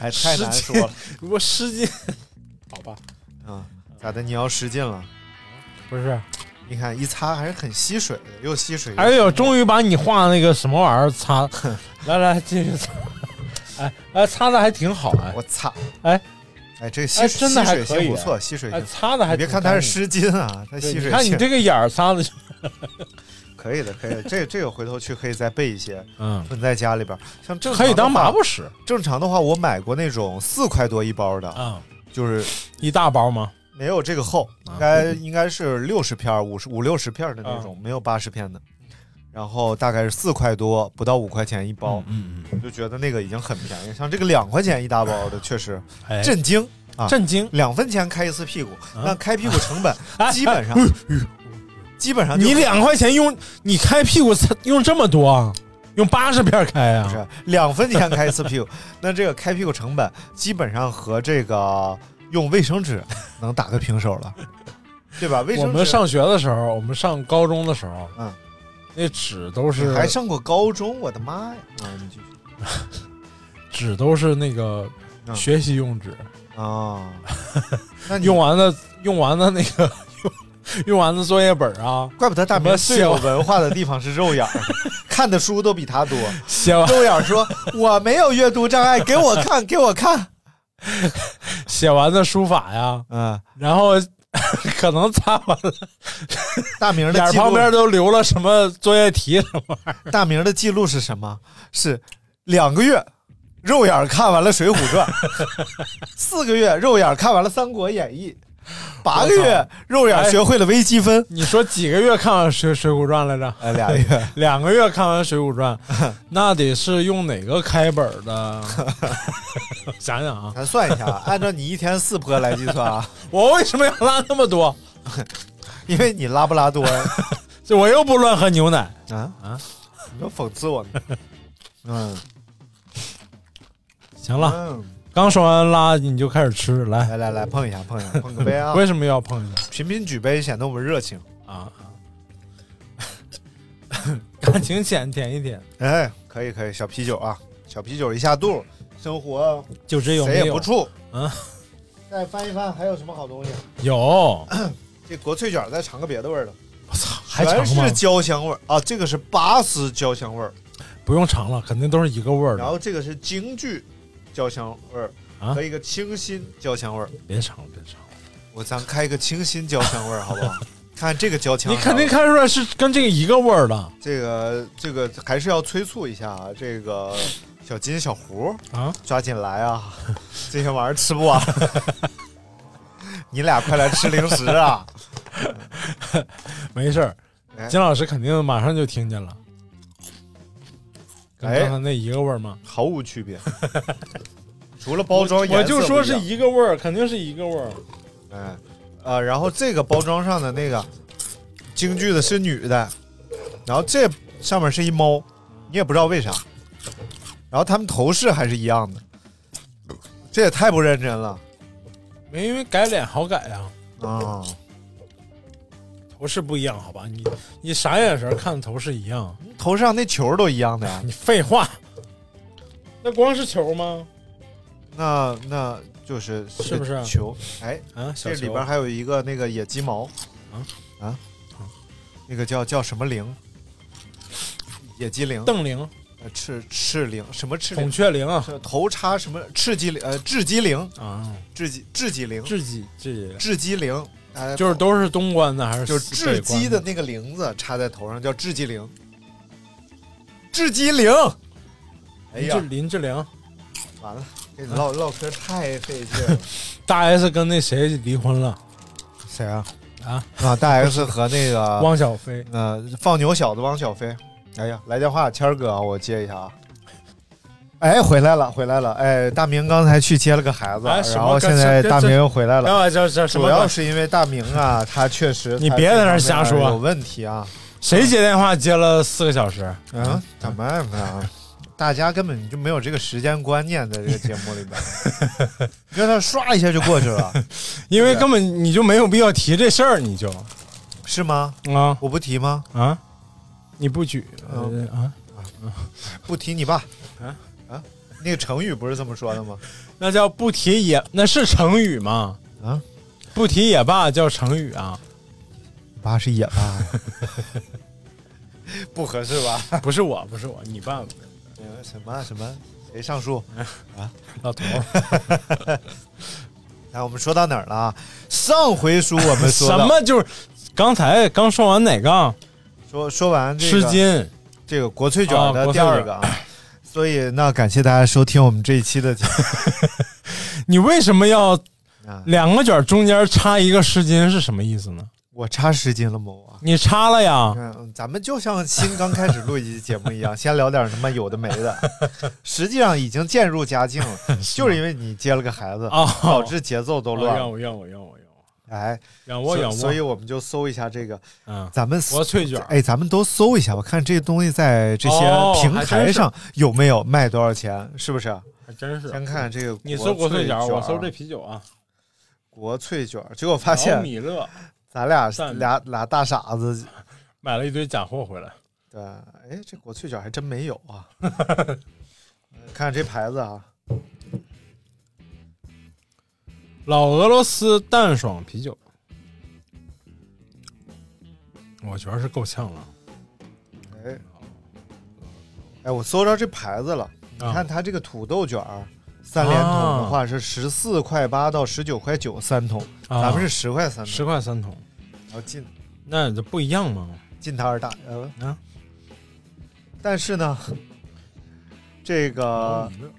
Speaker 6: 哎，太
Speaker 7: 失
Speaker 6: 难
Speaker 7: 禁
Speaker 6: 说 了。
Speaker 7: 我失禁，好吧，
Speaker 6: 啊，咋的？你要失禁了？
Speaker 7: 不是，
Speaker 6: 你看一擦还是很吸水的，又吸水。
Speaker 7: 哎呦，终于把你画那个什么玩意儿 擦，来来继续擦，哎哎，擦的还挺好哎，
Speaker 6: 我擦，
Speaker 7: 哎
Speaker 6: 哎，这吸
Speaker 7: 哎真的
Speaker 6: 吸
Speaker 7: 还
Speaker 6: 水
Speaker 7: 可以
Speaker 6: 性不错，吸水
Speaker 7: 哎
Speaker 6: 性
Speaker 7: 擦的还
Speaker 6: 你别
Speaker 7: 挺
Speaker 6: 看它是
Speaker 7: 干净
Speaker 6: 湿巾啊，它
Speaker 7: 对
Speaker 6: 吸水
Speaker 7: 你看
Speaker 6: 性
Speaker 7: 你这个眼儿擦的就，
Speaker 6: 可以的，可以的。这这个回头去可以再备一些，
Speaker 7: 嗯
Speaker 6: 囤在家里边儿。像正
Speaker 7: 可以
Speaker 6: 常的
Speaker 7: 当
Speaker 6: 话
Speaker 7: 抹布使。
Speaker 6: 正常的话，我买过那种四块多一包的，
Speaker 7: 嗯，
Speaker 6: 就是
Speaker 7: 一大包吗？
Speaker 6: 没有这个厚，
Speaker 7: 啊
Speaker 6: 应该应该是六十片儿、五十五六十片儿的那种，没有八十片的。然后大概是四块多，不到五块钱一包，
Speaker 7: 嗯
Speaker 6: 嗯，就觉得那个已经很便宜。像这个两块钱一大包 的，确实
Speaker 7: 哎啊
Speaker 6: 震惊啊！
Speaker 7: 震惊，
Speaker 6: 两分钱开一次屁股，那开屁股成 本基本上基本上就
Speaker 7: 哎你两块钱用你开屁股用这么多啊，用八十片开啊？
Speaker 6: 是两分钱开一次屁 股，那这个开屁股成本基本上和这个用卫生纸能打个平手 了，对吧？卫生
Speaker 7: 我
Speaker 6: 纸
Speaker 7: 们上学的时候，我们上高中的时候，
Speaker 6: 嗯，
Speaker 7: 那纸都
Speaker 6: 你
Speaker 7: 是
Speaker 6: 还上过高中，我的妈呀！啊，你继续
Speaker 7: 纸都是那个
Speaker 6: 嗯
Speaker 7: 学习用纸，
Speaker 6: 啊，那你
Speaker 7: 用完了用完了那个用用完了作业本啊，
Speaker 6: 怪不得大明最
Speaker 7: 写
Speaker 6: 有
Speaker 7: 完
Speaker 6: 文化的地方是肉眼儿， 看的书都比他多。
Speaker 7: 写完
Speaker 6: 肉眼儿 说：“我没有阅读障碍，给我看，给我看。
Speaker 7: 写完的书法呀，”
Speaker 6: 嗯，
Speaker 7: 然后 可能擦完了，
Speaker 6: 大明的
Speaker 7: 眼儿
Speaker 6: 记录
Speaker 7: 旁边都留了什么作业题什么玩意儿。
Speaker 6: 大明的记录是什么？是两个月，肉眼儿看完了《水浒传》； 四个月，肉眼儿看完了《三国演 义》；八个月，肉眼儿学会了微积分。
Speaker 7: 你说几个月看完水《水浒传》来着？
Speaker 6: 哎，俩月，
Speaker 7: 两个月看完《水浒传》， 那得是用哪个开本儿的？ 想想啊，
Speaker 6: 咱算一下，啊，按照你一天四坡来计算 啊，
Speaker 7: 我为什么要拉那么多？
Speaker 6: 因为你拉布拉多呀
Speaker 7: 这我又不乱喝牛奶。
Speaker 6: 啊
Speaker 7: 啊，
Speaker 6: 你都讽刺我呢。嗯，
Speaker 7: 行了，
Speaker 6: 嗯
Speaker 7: 刚说完拉你就开始吃，来，
Speaker 6: 来来来，碰一下，碰一下，碰个杯啊！
Speaker 7: 为什么要碰一下
Speaker 6: 频频举杯，显得我们热情。
Speaker 7: 啊？啊感情浅，舔一舔，
Speaker 6: 哎，可以可以，小啤酒啊，小啤酒一下肚，生活
Speaker 7: 就只有
Speaker 6: 谁
Speaker 7: 没
Speaker 6: 也不
Speaker 7: 有？
Speaker 6: 怵。
Speaker 7: 嗯，
Speaker 6: 再翻一翻还有什么好东西？
Speaker 7: 有，我
Speaker 6: 这国粹卷再尝个别的味儿的，
Speaker 7: 操，还
Speaker 6: 全
Speaker 7: 尝吗
Speaker 6: 是？焦香味儿啊！这个是拔丝焦香味儿，
Speaker 7: 不用尝了，肯定都是一个味儿
Speaker 6: 然
Speaker 7: 的。
Speaker 6: 后这个是京剧焦香味儿
Speaker 7: 啊
Speaker 6: 和一个清新焦香味儿。
Speaker 7: 别尝了，别尝了，
Speaker 6: 我咱开个清新焦香味儿好不 好？看这个焦香，啊
Speaker 7: 你肯定看出来是跟这个一个味儿的
Speaker 6: 这个这个还是要催促一下啊！这个小金小胡
Speaker 7: 啊！
Speaker 6: 抓紧来 啊！这些玩意儿吃不完，你俩快来吃零食啊！
Speaker 7: 没事儿
Speaker 6: 哎，
Speaker 7: 金老师肯定马上就听见了，跟
Speaker 6: 哎
Speaker 7: 刚才那一个味儿吗？
Speaker 6: 毫无区别，除了包装颜色
Speaker 7: 我就说是
Speaker 6: 不一样
Speaker 7: 一个味儿，肯定是一个味儿。
Speaker 6: 哎，呃，然后这个包装上的那个京剧的是女的，然后这上面是一猫，你也不知道为啥，然后他们头饰还是一样的，这也太不认真了
Speaker 7: 没，因为改脸好改呀、
Speaker 6: 啊！
Speaker 7: 头饰不一样，好吧？你你啥眼神看头饰一样？
Speaker 6: 头上那球都一样的呀，
Speaker 7: 你废话， 那光是球吗？
Speaker 6: 那那就是
Speaker 7: 是不是
Speaker 6: 球？哎，
Speaker 7: 啊，
Speaker 6: 这
Speaker 7: 小
Speaker 6: 里
Speaker 7: 球
Speaker 6: 边还有一个那个野鸡毛，
Speaker 7: 啊
Speaker 6: 啊，那个叫叫什么铃？野鸡铃，
Speaker 7: 邓铃、
Speaker 6: 呃赤赤铃，什么赤
Speaker 7: 孔
Speaker 6: 铃？
Speaker 7: 雀翎啊
Speaker 6: 是头插什么赤鸡铃？呃，雉鸡铃，
Speaker 7: 啊，
Speaker 6: 雉鸡雉鸡铃，
Speaker 7: 雉鸡雉鸡，
Speaker 6: 雉鸡铃，哎，
Speaker 7: 就是都是东关的还是
Speaker 6: 就是
Speaker 7: 北
Speaker 6: 雉
Speaker 7: 关
Speaker 6: 鸡的那个铃子插在头上叫雉鸡铃，雉鸡铃。哎
Speaker 7: 林
Speaker 6: 呀
Speaker 7: 志，林志玲，
Speaker 6: 完了，跟你唠唠嗑太费劲 了。
Speaker 7: 大 S 跟那谁离婚了？
Speaker 6: 谁啊？
Speaker 7: 啊
Speaker 6: 啊，大 S 和那个
Speaker 7: 汪小菲。
Speaker 6: 呃，放牛小子汪小菲。哎呀，来电话，谦儿哥啊，我接一下啊。哎，回来了，回来了。哎，大明刚才去接了个孩子，
Speaker 7: 哎什么
Speaker 6: 然后
Speaker 7: 跟
Speaker 6: 现在
Speaker 7: 这
Speaker 6: 大
Speaker 7: 这
Speaker 6: 明又回来了。
Speaker 7: 哎，这这什
Speaker 6: 主
Speaker 7: 么
Speaker 6: 要
Speaker 7: 关系？
Speaker 6: 是因为大明 啊，他确实
Speaker 7: 你
Speaker 6: 他
Speaker 7: 别在
Speaker 6: 这
Speaker 7: 那
Speaker 6: 方面
Speaker 7: 儿瞎说
Speaker 6: 有问题啊。
Speaker 7: 谁接电话接了四个小时？
Speaker 6: 啊，怎么啊？ 大家根本就没有这个时间观念，在这个节目里 边，你看他刷一下就过去了，
Speaker 7: 因为根本你就没有必要提这事儿，你就
Speaker 6: 是吗？
Speaker 7: 啊
Speaker 6: 我不提吗？
Speaker 7: 啊，你不举呃
Speaker 6: 嗯
Speaker 7: 啊
Speaker 6: 不提你爸
Speaker 7: 啊
Speaker 6: 啊，那个成语不是这么说的吗？
Speaker 7: 那叫不提也，那是成语吗？
Speaker 6: 啊，
Speaker 7: 不提也罢，叫成语啊。
Speaker 6: 爸是也罢， 不合适吧？
Speaker 7: 不是我，不是我，你爸
Speaker 6: 什么什么？谁上树啊？
Speaker 7: 老头。
Speaker 6: 来，我们说到哪儿了啊？上回书我们说
Speaker 7: 什
Speaker 6: 到
Speaker 7: 么就是刚才刚说完哪个？
Speaker 6: 说说完这
Speaker 7: 吃
Speaker 6: 个
Speaker 7: 惊，
Speaker 6: 这个国粹
Speaker 7: 啊
Speaker 6: 卷的
Speaker 7: 国
Speaker 6: 第
Speaker 7: 粹
Speaker 6: 二
Speaker 7: 卷
Speaker 6: 个啊。所以，那感谢大家收听我们这一期的节 目。
Speaker 7: 你为什么要
Speaker 6: 啊
Speaker 7: 两个卷中间插一个湿巾是什么意思呢？
Speaker 6: 我插湿巾了吗？我
Speaker 7: 你插了呀？
Speaker 6: 嗯，咱们就像新刚开始录一期节目 一样，先聊点他妈有的没的。实际上已经渐入佳境 了，就是因为你接了个孩子
Speaker 7: 哦
Speaker 6: 导致节奏都乱
Speaker 7: 哦让
Speaker 6: 了。
Speaker 7: 我让我让我让我
Speaker 6: 哎，
Speaker 7: 让我
Speaker 6: 所
Speaker 7: 让我，
Speaker 6: 所以我们就搜一下这个，
Speaker 7: 嗯，
Speaker 6: 咱们
Speaker 7: 国粹卷
Speaker 6: 哎，咱们都搜一下，我看这个东西在这些
Speaker 7: 哦
Speaker 6: 平
Speaker 7: 还真
Speaker 6: 台
Speaker 7: 是
Speaker 6: 上有没有卖多少钱，是不是？
Speaker 7: 还真是。
Speaker 6: 先看这个，
Speaker 7: 你搜国粹
Speaker 6: 粹
Speaker 7: 卷，
Speaker 6: 卷，
Speaker 7: 我搜这哦啤酒啊。
Speaker 6: 国粹卷，结果 发现
Speaker 7: 老米勒
Speaker 6: 咱俩
Speaker 7: 赞
Speaker 6: 俩俩大傻子，
Speaker 7: 买了一堆假货回来，
Speaker 6: 对，哎，这国粹卷还真没有啊。 看看这牌子啊，
Speaker 7: 老俄罗斯淡爽啤酒，我觉得是够呛了。
Speaker 6: 哎，哎，我搜着这牌子了，你
Speaker 7: 啊
Speaker 6: 看它这个土豆卷儿。三连桶的话是十四块八到十九块九三桶，
Speaker 7: 啊
Speaker 6: 咱们是十块三桶，
Speaker 7: 十块三桶，
Speaker 6: 然后进
Speaker 7: 那这不一样吗？
Speaker 6: 进它二大，呃，
Speaker 7: 啊，
Speaker 6: 但是呢，这个
Speaker 7: 老米勒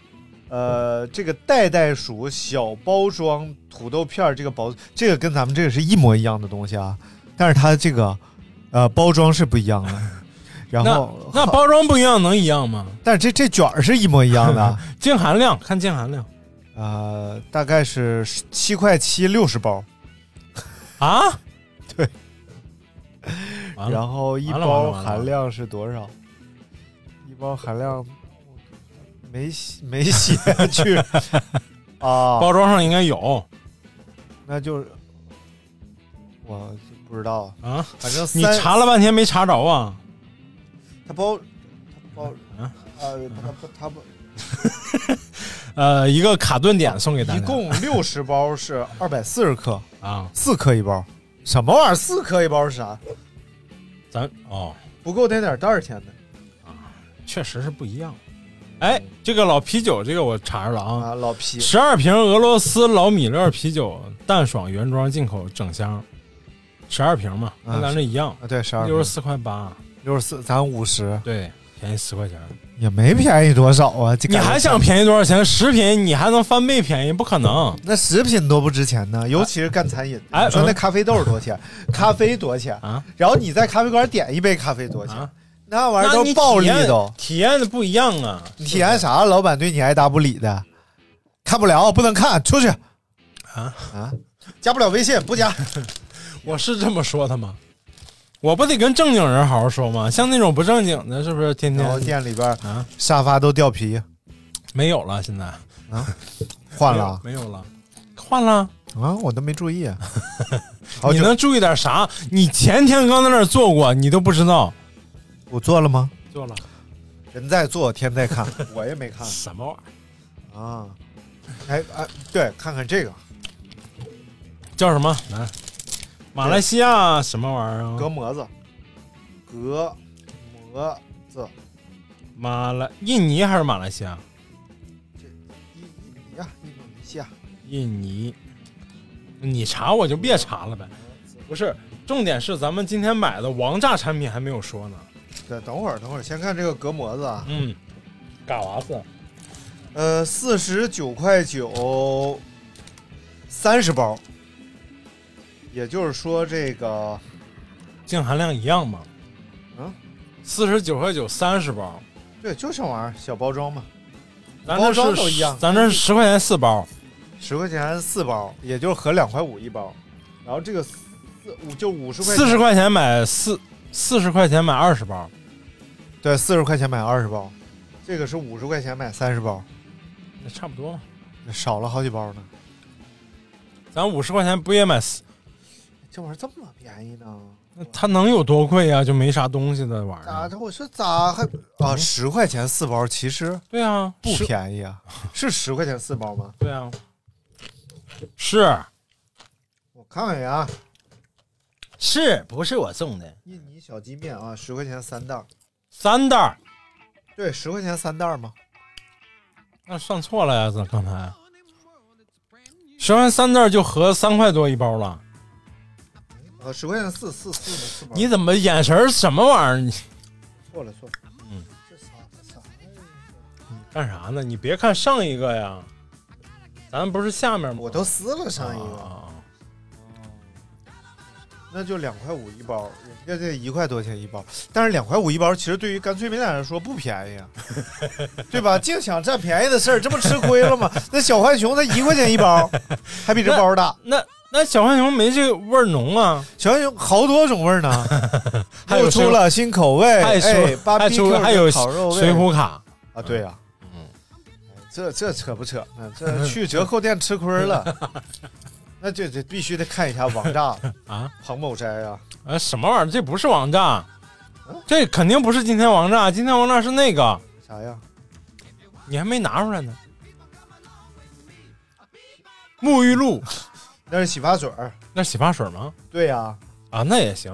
Speaker 6: 呃，这个袋袋鼠小包装土豆片儿这个包，这个跟咱们这个是一模一样的东西啊，但是它这个呃包装是不一样的，然后
Speaker 7: 那包装不一样能一样吗？
Speaker 6: 但是这这卷儿是一模一样的，啊
Speaker 7: 净含量看净含量
Speaker 6: 呃，大概是七块七六十包，
Speaker 7: 啊，
Speaker 6: 对，
Speaker 7: 完了
Speaker 6: 然后一
Speaker 7: 完了完了
Speaker 6: 包
Speaker 7: 完了
Speaker 6: 含量是多少？一包含量没写没写 去啊，
Speaker 7: 包装上应该有
Speaker 6: 那就是我就不知道，
Speaker 7: 啊。
Speaker 6: 反正
Speaker 7: 你
Speaker 6: 三
Speaker 7: 查了半天没查着啊？
Speaker 6: 它包它包
Speaker 7: 啊
Speaker 6: 呃它不它不
Speaker 7: 呃，一个卡顿点送给大家。
Speaker 6: 一 共六十包是二百四十克，
Speaker 7: 啊，
Speaker 6: 四克一包，什么玩意儿？四克一包是啥？
Speaker 7: 咱哦，
Speaker 6: 不够那点儿多少钱呢？
Speaker 7: 确实是不一样。哎，这个老啤酒，这个我查着了啊，
Speaker 6: 啊，老皮
Speaker 7: 十二瓶俄罗斯老米勒啤酒，淡爽原装进口整箱，十二瓶嘛，
Speaker 6: 啊
Speaker 7: 跟咱这一样，
Speaker 6: 啊，对，十二
Speaker 7: 六十四块八，
Speaker 6: 六十四，咱五十
Speaker 7: 对，便宜十块钱。
Speaker 6: 也没便宜多少啊，这
Speaker 7: 你还想
Speaker 6: 宜？
Speaker 7: 便宜多少钱？食品你还能翻倍便宜？不可能。
Speaker 6: 那食品多不值钱呢，尤其是干餐饮的。
Speaker 7: 哎
Speaker 6: 你说那
Speaker 7: 嗯
Speaker 6: 咖啡豆多少钱？咖啡多少钱
Speaker 7: 啊？
Speaker 6: 然后你在咖啡馆点一杯咖啡多少钱
Speaker 7: 啊？
Speaker 6: 那 玩意儿
Speaker 7: 那
Speaker 6: 都
Speaker 7: 你
Speaker 6: 是暴利
Speaker 7: 体验
Speaker 6: 都。
Speaker 7: 体验的不一样啊。
Speaker 6: 你体验啥？老板对你爱答不理的，看不了，不能看，出去。
Speaker 7: 啊
Speaker 6: 啊！加不了微信，不加。
Speaker 7: 我是这么说的吗？我不得跟正经人好好说吗？像那种不正经的，是不是天
Speaker 6: 然后
Speaker 7: 天
Speaker 6: 店里边
Speaker 7: 嗯啊哎
Speaker 6: 沙发都掉皮，
Speaker 7: 没有了？现在
Speaker 6: 换了
Speaker 7: 没有没有了，换了。
Speaker 6: 啊！我都没注意。好
Speaker 7: 你
Speaker 6: 久
Speaker 7: 能注意点啥？你前天刚在那儿做过，你都不知道
Speaker 6: 我做了吗？
Speaker 7: 做了
Speaker 6: 人在做，天在看，我也没看。
Speaker 7: 什么玩意儿？
Speaker 6: 啊，哎哎，对，看看这个
Speaker 7: 叫什么？来，马来西亚什么玩意儿
Speaker 6: 隔
Speaker 7: 啊？
Speaker 6: 膜子，隔膜子，
Speaker 7: 马来印尼还是马来西亚？
Speaker 6: 印印尼啊，印度尼西亚，
Speaker 7: 印尼，你查我就别查了呗。不是，重点是咱们今天买的王炸产品还没有说呢。
Speaker 6: 对，等会儿等会儿，先看这个隔膜子啊，
Speaker 7: 嗯，嘎娃子，
Speaker 6: 呃，四十九块九，三十包，也就是说这个
Speaker 7: 净含量一样吗？
Speaker 6: 嗯，
Speaker 7: 四十九块九三十包，
Speaker 6: 对，就这玩意儿，小包装嘛，
Speaker 7: 咱这
Speaker 6: 包装
Speaker 7: 是
Speaker 6: 都一样
Speaker 7: 咱这是十块钱四包，
Speaker 6: 十块钱四包，也就是合两块五一包，然后这个四五就五十块钱
Speaker 7: 四十块钱买四四十块钱买二十包，
Speaker 6: 对，四十块钱买二十包，这个是五十块钱买三十包，
Speaker 7: 那差不多嘛。
Speaker 6: 少了好几包呢。
Speaker 7: 咱五十块钱不也买四？
Speaker 4: 这玩意儿这么便宜呢？
Speaker 7: 它能有多贵呀、就没啥东西的玩意儿。啊
Speaker 4: 咋的？我说咋还
Speaker 6: 啊，十块钱四包，其实
Speaker 7: 对啊，
Speaker 6: 不
Speaker 7: 是
Speaker 6: 便宜啊， 是十块钱四包吗？
Speaker 7: 对啊，是
Speaker 4: 我看看呀，
Speaker 9: 是不是我送的？
Speaker 6: 印尼小鸡面啊，十块钱三袋儿，
Speaker 7: 三袋儿，
Speaker 6: 对，十块钱三袋儿吗？
Speaker 7: 那算错了呀，这刚才十块钱三袋儿就合三块多一包了。
Speaker 6: 啊
Speaker 4: 呃，十块钱四四四四包，
Speaker 7: 你怎么眼神儿什么玩意儿？你
Speaker 4: 错了错了，
Speaker 7: 嗯，
Speaker 4: 这啥啥？
Speaker 7: 干啥呢？你别看上一个呀，咱不是下面吗？
Speaker 4: 我都撕了上一个，
Speaker 7: 啊
Speaker 6: 那就两块五一包，人家这一块多钱一包，但是两块五一包，其实对于干脆面来说不便宜 啊，对吧？净想占便宜的事儿，这不吃亏 了吗？那小浣熊才一块钱一包，还比这包大。
Speaker 7: 那那小浣熊没这个味儿浓啊，
Speaker 6: 小浣熊好多种味儿呢，
Speaker 7: 还有
Speaker 6: 又出了新口味，
Speaker 7: 还
Speaker 6: 哎
Speaker 7: 出，
Speaker 6: 芭
Speaker 7: 还
Speaker 6: 比 Q
Speaker 7: 出还有
Speaker 6: 烤肉味
Speaker 7: 水浒卡，
Speaker 6: 啊，对呀、
Speaker 7: 嗯，
Speaker 6: 这这扯不扯？嗯这去折扣店吃亏了， 那这这必须得看一下王炸
Speaker 7: 啊，
Speaker 6: 彭某斋啊，
Speaker 7: 啊什么玩意儿？这不是王炸，
Speaker 6: 嗯
Speaker 7: 这肯定不是今天王炸，今天王炸是那个，
Speaker 6: 啥呀？
Speaker 7: 你还没拿出来呢。沐浴露，
Speaker 6: 那是洗发水儿，
Speaker 7: 那是洗发水吗？
Speaker 6: 对呀、
Speaker 7: 啊，那也行。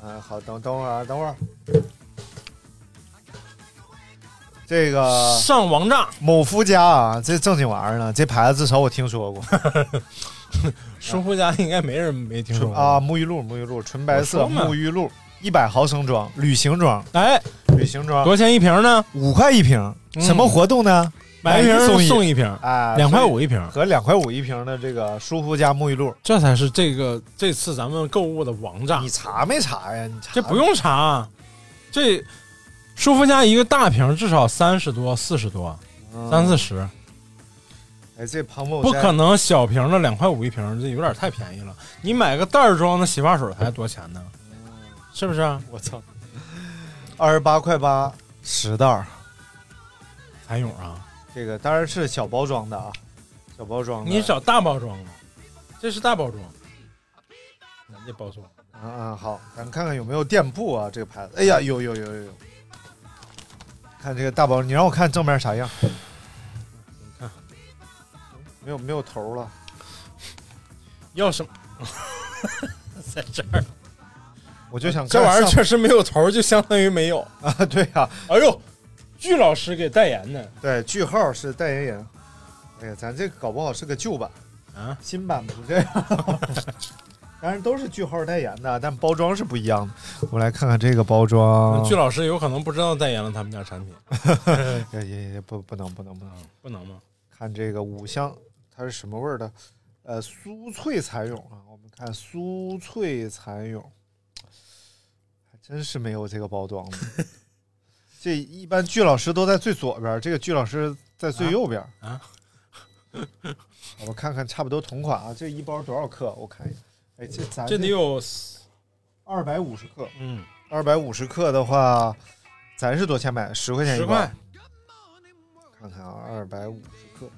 Speaker 6: 啊，好，等等会儿啊，等会儿。这个
Speaker 7: 上王炸，
Speaker 6: 某夫家啊，这正经玩意儿呢，这牌子至少我听说过
Speaker 7: 舒肤佳应该没人没听说过
Speaker 6: 啊。。沐浴露，沐浴露，纯白色
Speaker 7: 我说嘛
Speaker 6: 沐浴露，一百毫升装，旅行装，
Speaker 7: 哎，
Speaker 6: 旅行装，
Speaker 7: 多少钱一瓶呢？
Speaker 6: 啊五块一瓶。
Speaker 7: 嗯
Speaker 6: 什么活动呢？
Speaker 7: 买一瓶
Speaker 6: 送
Speaker 7: 送一瓶，
Speaker 6: 啊，
Speaker 7: 两块
Speaker 6: 所以
Speaker 7: 五一瓶，
Speaker 6: 和两块五一瓶的这个舒肤佳沐浴露，
Speaker 7: 这才是这个这次咱们购物的王炸
Speaker 6: 你。查没查呀？你查
Speaker 7: 啊这不用查，啊这舒肤佳一个大瓶至少三十多、四十多、
Speaker 6: 嗯
Speaker 7: 三四。十，
Speaker 6: 哎，这彭某
Speaker 7: 不
Speaker 6: 在
Speaker 7: 可能小瓶的两块五一瓶，这有点太便宜了。你买个袋儿装的洗发水才多钱呢？是不是啊？
Speaker 6: 我操，二十八块八十袋儿，
Speaker 7: 蚕蛹啊，
Speaker 6: 这个当然是小包装的啊，小包装的。
Speaker 7: 你找大包装的，这是大包装，咱这包装
Speaker 6: 啊啊好，咱看看有没有店铺啊，这个牌子。哎
Speaker 7: 嗯
Speaker 6: 呀，有有有有有，看这个大包，你让我看正面啥样？你
Speaker 7: 嗯看，
Speaker 6: 没有没有头了，
Speaker 7: 要什么？ 在这儿，
Speaker 6: 我就想
Speaker 7: 嗯这玩意儿
Speaker 6: 去
Speaker 7: 确实没有头儿，就相当于没有。
Speaker 6: 啊， 对呀、
Speaker 7: 哎呦，巨老师给代言的
Speaker 6: 对，句号是代言人。哎呀，咱这搞不好是个旧版，
Speaker 7: 啊，
Speaker 6: 新版不这样。 当然都是句号代言的，但包装是不一样的。我们来看看这个包装，
Speaker 7: 巨老师有可能不知道代言了他们家产品，
Speaker 6: 哎也也也不不能不能不能。
Speaker 7: 不能吗？
Speaker 6: 看这个五香，它是什么味儿的？呃，酥脆蚕蛹啊，我们看酥脆蚕蛹，还真是没有这个包装 的。这一般巨老师都在最左边儿，这个巨老师在最右边
Speaker 7: 啊啊。
Speaker 6: 我看看，差不多同款啊。这一包多少克？我看一下。哎，这咱
Speaker 7: 啊这得有四，
Speaker 6: 二百五十克，
Speaker 7: 嗯，
Speaker 6: 二百五十克的话，咱是多少钱买？十块钱一
Speaker 7: 十
Speaker 6: 包。
Speaker 7: 块，
Speaker 6: 看看啊，二百五十克，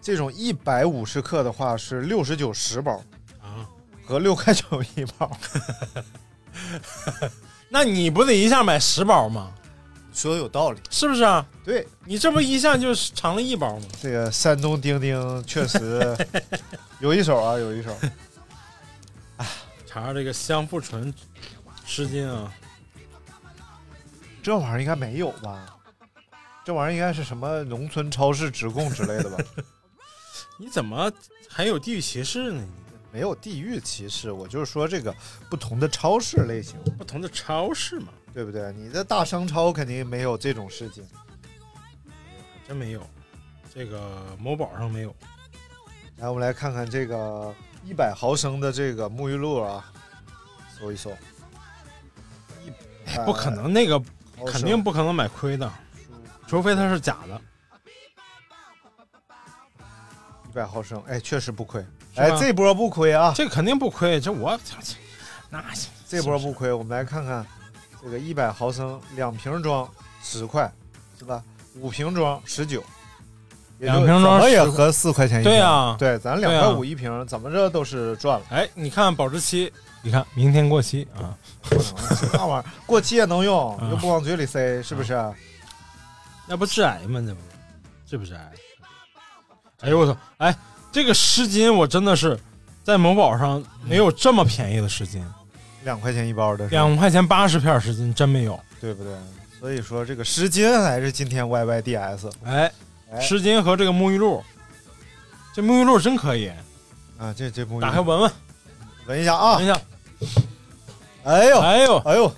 Speaker 6: 这种一百五十克的话是六十九十包
Speaker 7: 啊，
Speaker 6: 和六块九一包。
Speaker 7: 那你不得一下买十包吗？
Speaker 6: 说的有道理，
Speaker 7: 是不是啊？
Speaker 6: 对
Speaker 7: 你这不一下就是尝了一包吗？
Speaker 6: 这个山东丁丁确 实有一手啊，有一手。
Speaker 7: 查查这个香馥醇湿巾啊，
Speaker 6: 这玩意儿应该没有吧？这玩意儿应该是什么农村超市直供之类的吧？
Speaker 7: 你怎么还有地域歧视呢？
Speaker 6: 没有地域歧视，我就是说这个不同的超市类型，
Speaker 7: 不同的超市嘛，
Speaker 6: 对不对？你的大商超肯定没有这种事情。
Speaker 7: 真没有，这个某宝上没有，
Speaker 6: 来，我们来看看这个一百毫升的这个沐浴露啊，搜一搜，一
Speaker 7: 不可，能，那个
Speaker 6: 毫升
Speaker 7: 肯定不可能买亏的，除非它是假的。
Speaker 6: 一百毫升，哎，确实不亏，
Speaker 7: 是吧
Speaker 6: 哎，这波不亏啊，
Speaker 7: 这肯定不亏，这我那行，
Speaker 6: 这波不亏。我们来看看这个一百毫升两瓶装十块，是吧？五瓶装十九，
Speaker 7: 两瓶装
Speaker 6: 怎么也
Speaker 7: 10
Speaker 6: 合四块钱一瓶。
Speaker 7: 对啊
Speaker 6: 对，咱两
Speaker 7: 对
Speaker 6: 块
Speaker 7: 啊
Speaker 6: 五一瓶，怎么着都是赚了。
Speaker 7: 哎，你看保质期，你看明天过期啊，
Speaker 6: 那玩意儿过期也能用，
Speaker 7: 嗯
Speaker 6: 又不往嘴里塞，是不啊是？
Speaker 7: 那不致癌吗？这不，这不致癌？哎呦我操！哎，这个湿巾我真的是在某宝上没有这么便宜的湿巾，
Speaker 6: 两块钱一包的是吧，
Speaker 7: 两块钱八十片湿巾真没有。
Speaker 6: 对不对？所以说这个湿巾还是今天 YYDS
Speaker 7: 哎，湿巾和这个沐浴露，这沐浴露真可以，
Speaker 6: 啊，这这沐浴
Speaker 7: 打开闻闻，
Speaker 6: 闻一下啊，
Speaker 7: 闻一下。
Speaker 6: 哎呦
Speaker 7: 哎呦
Speaker 6: 哎呦，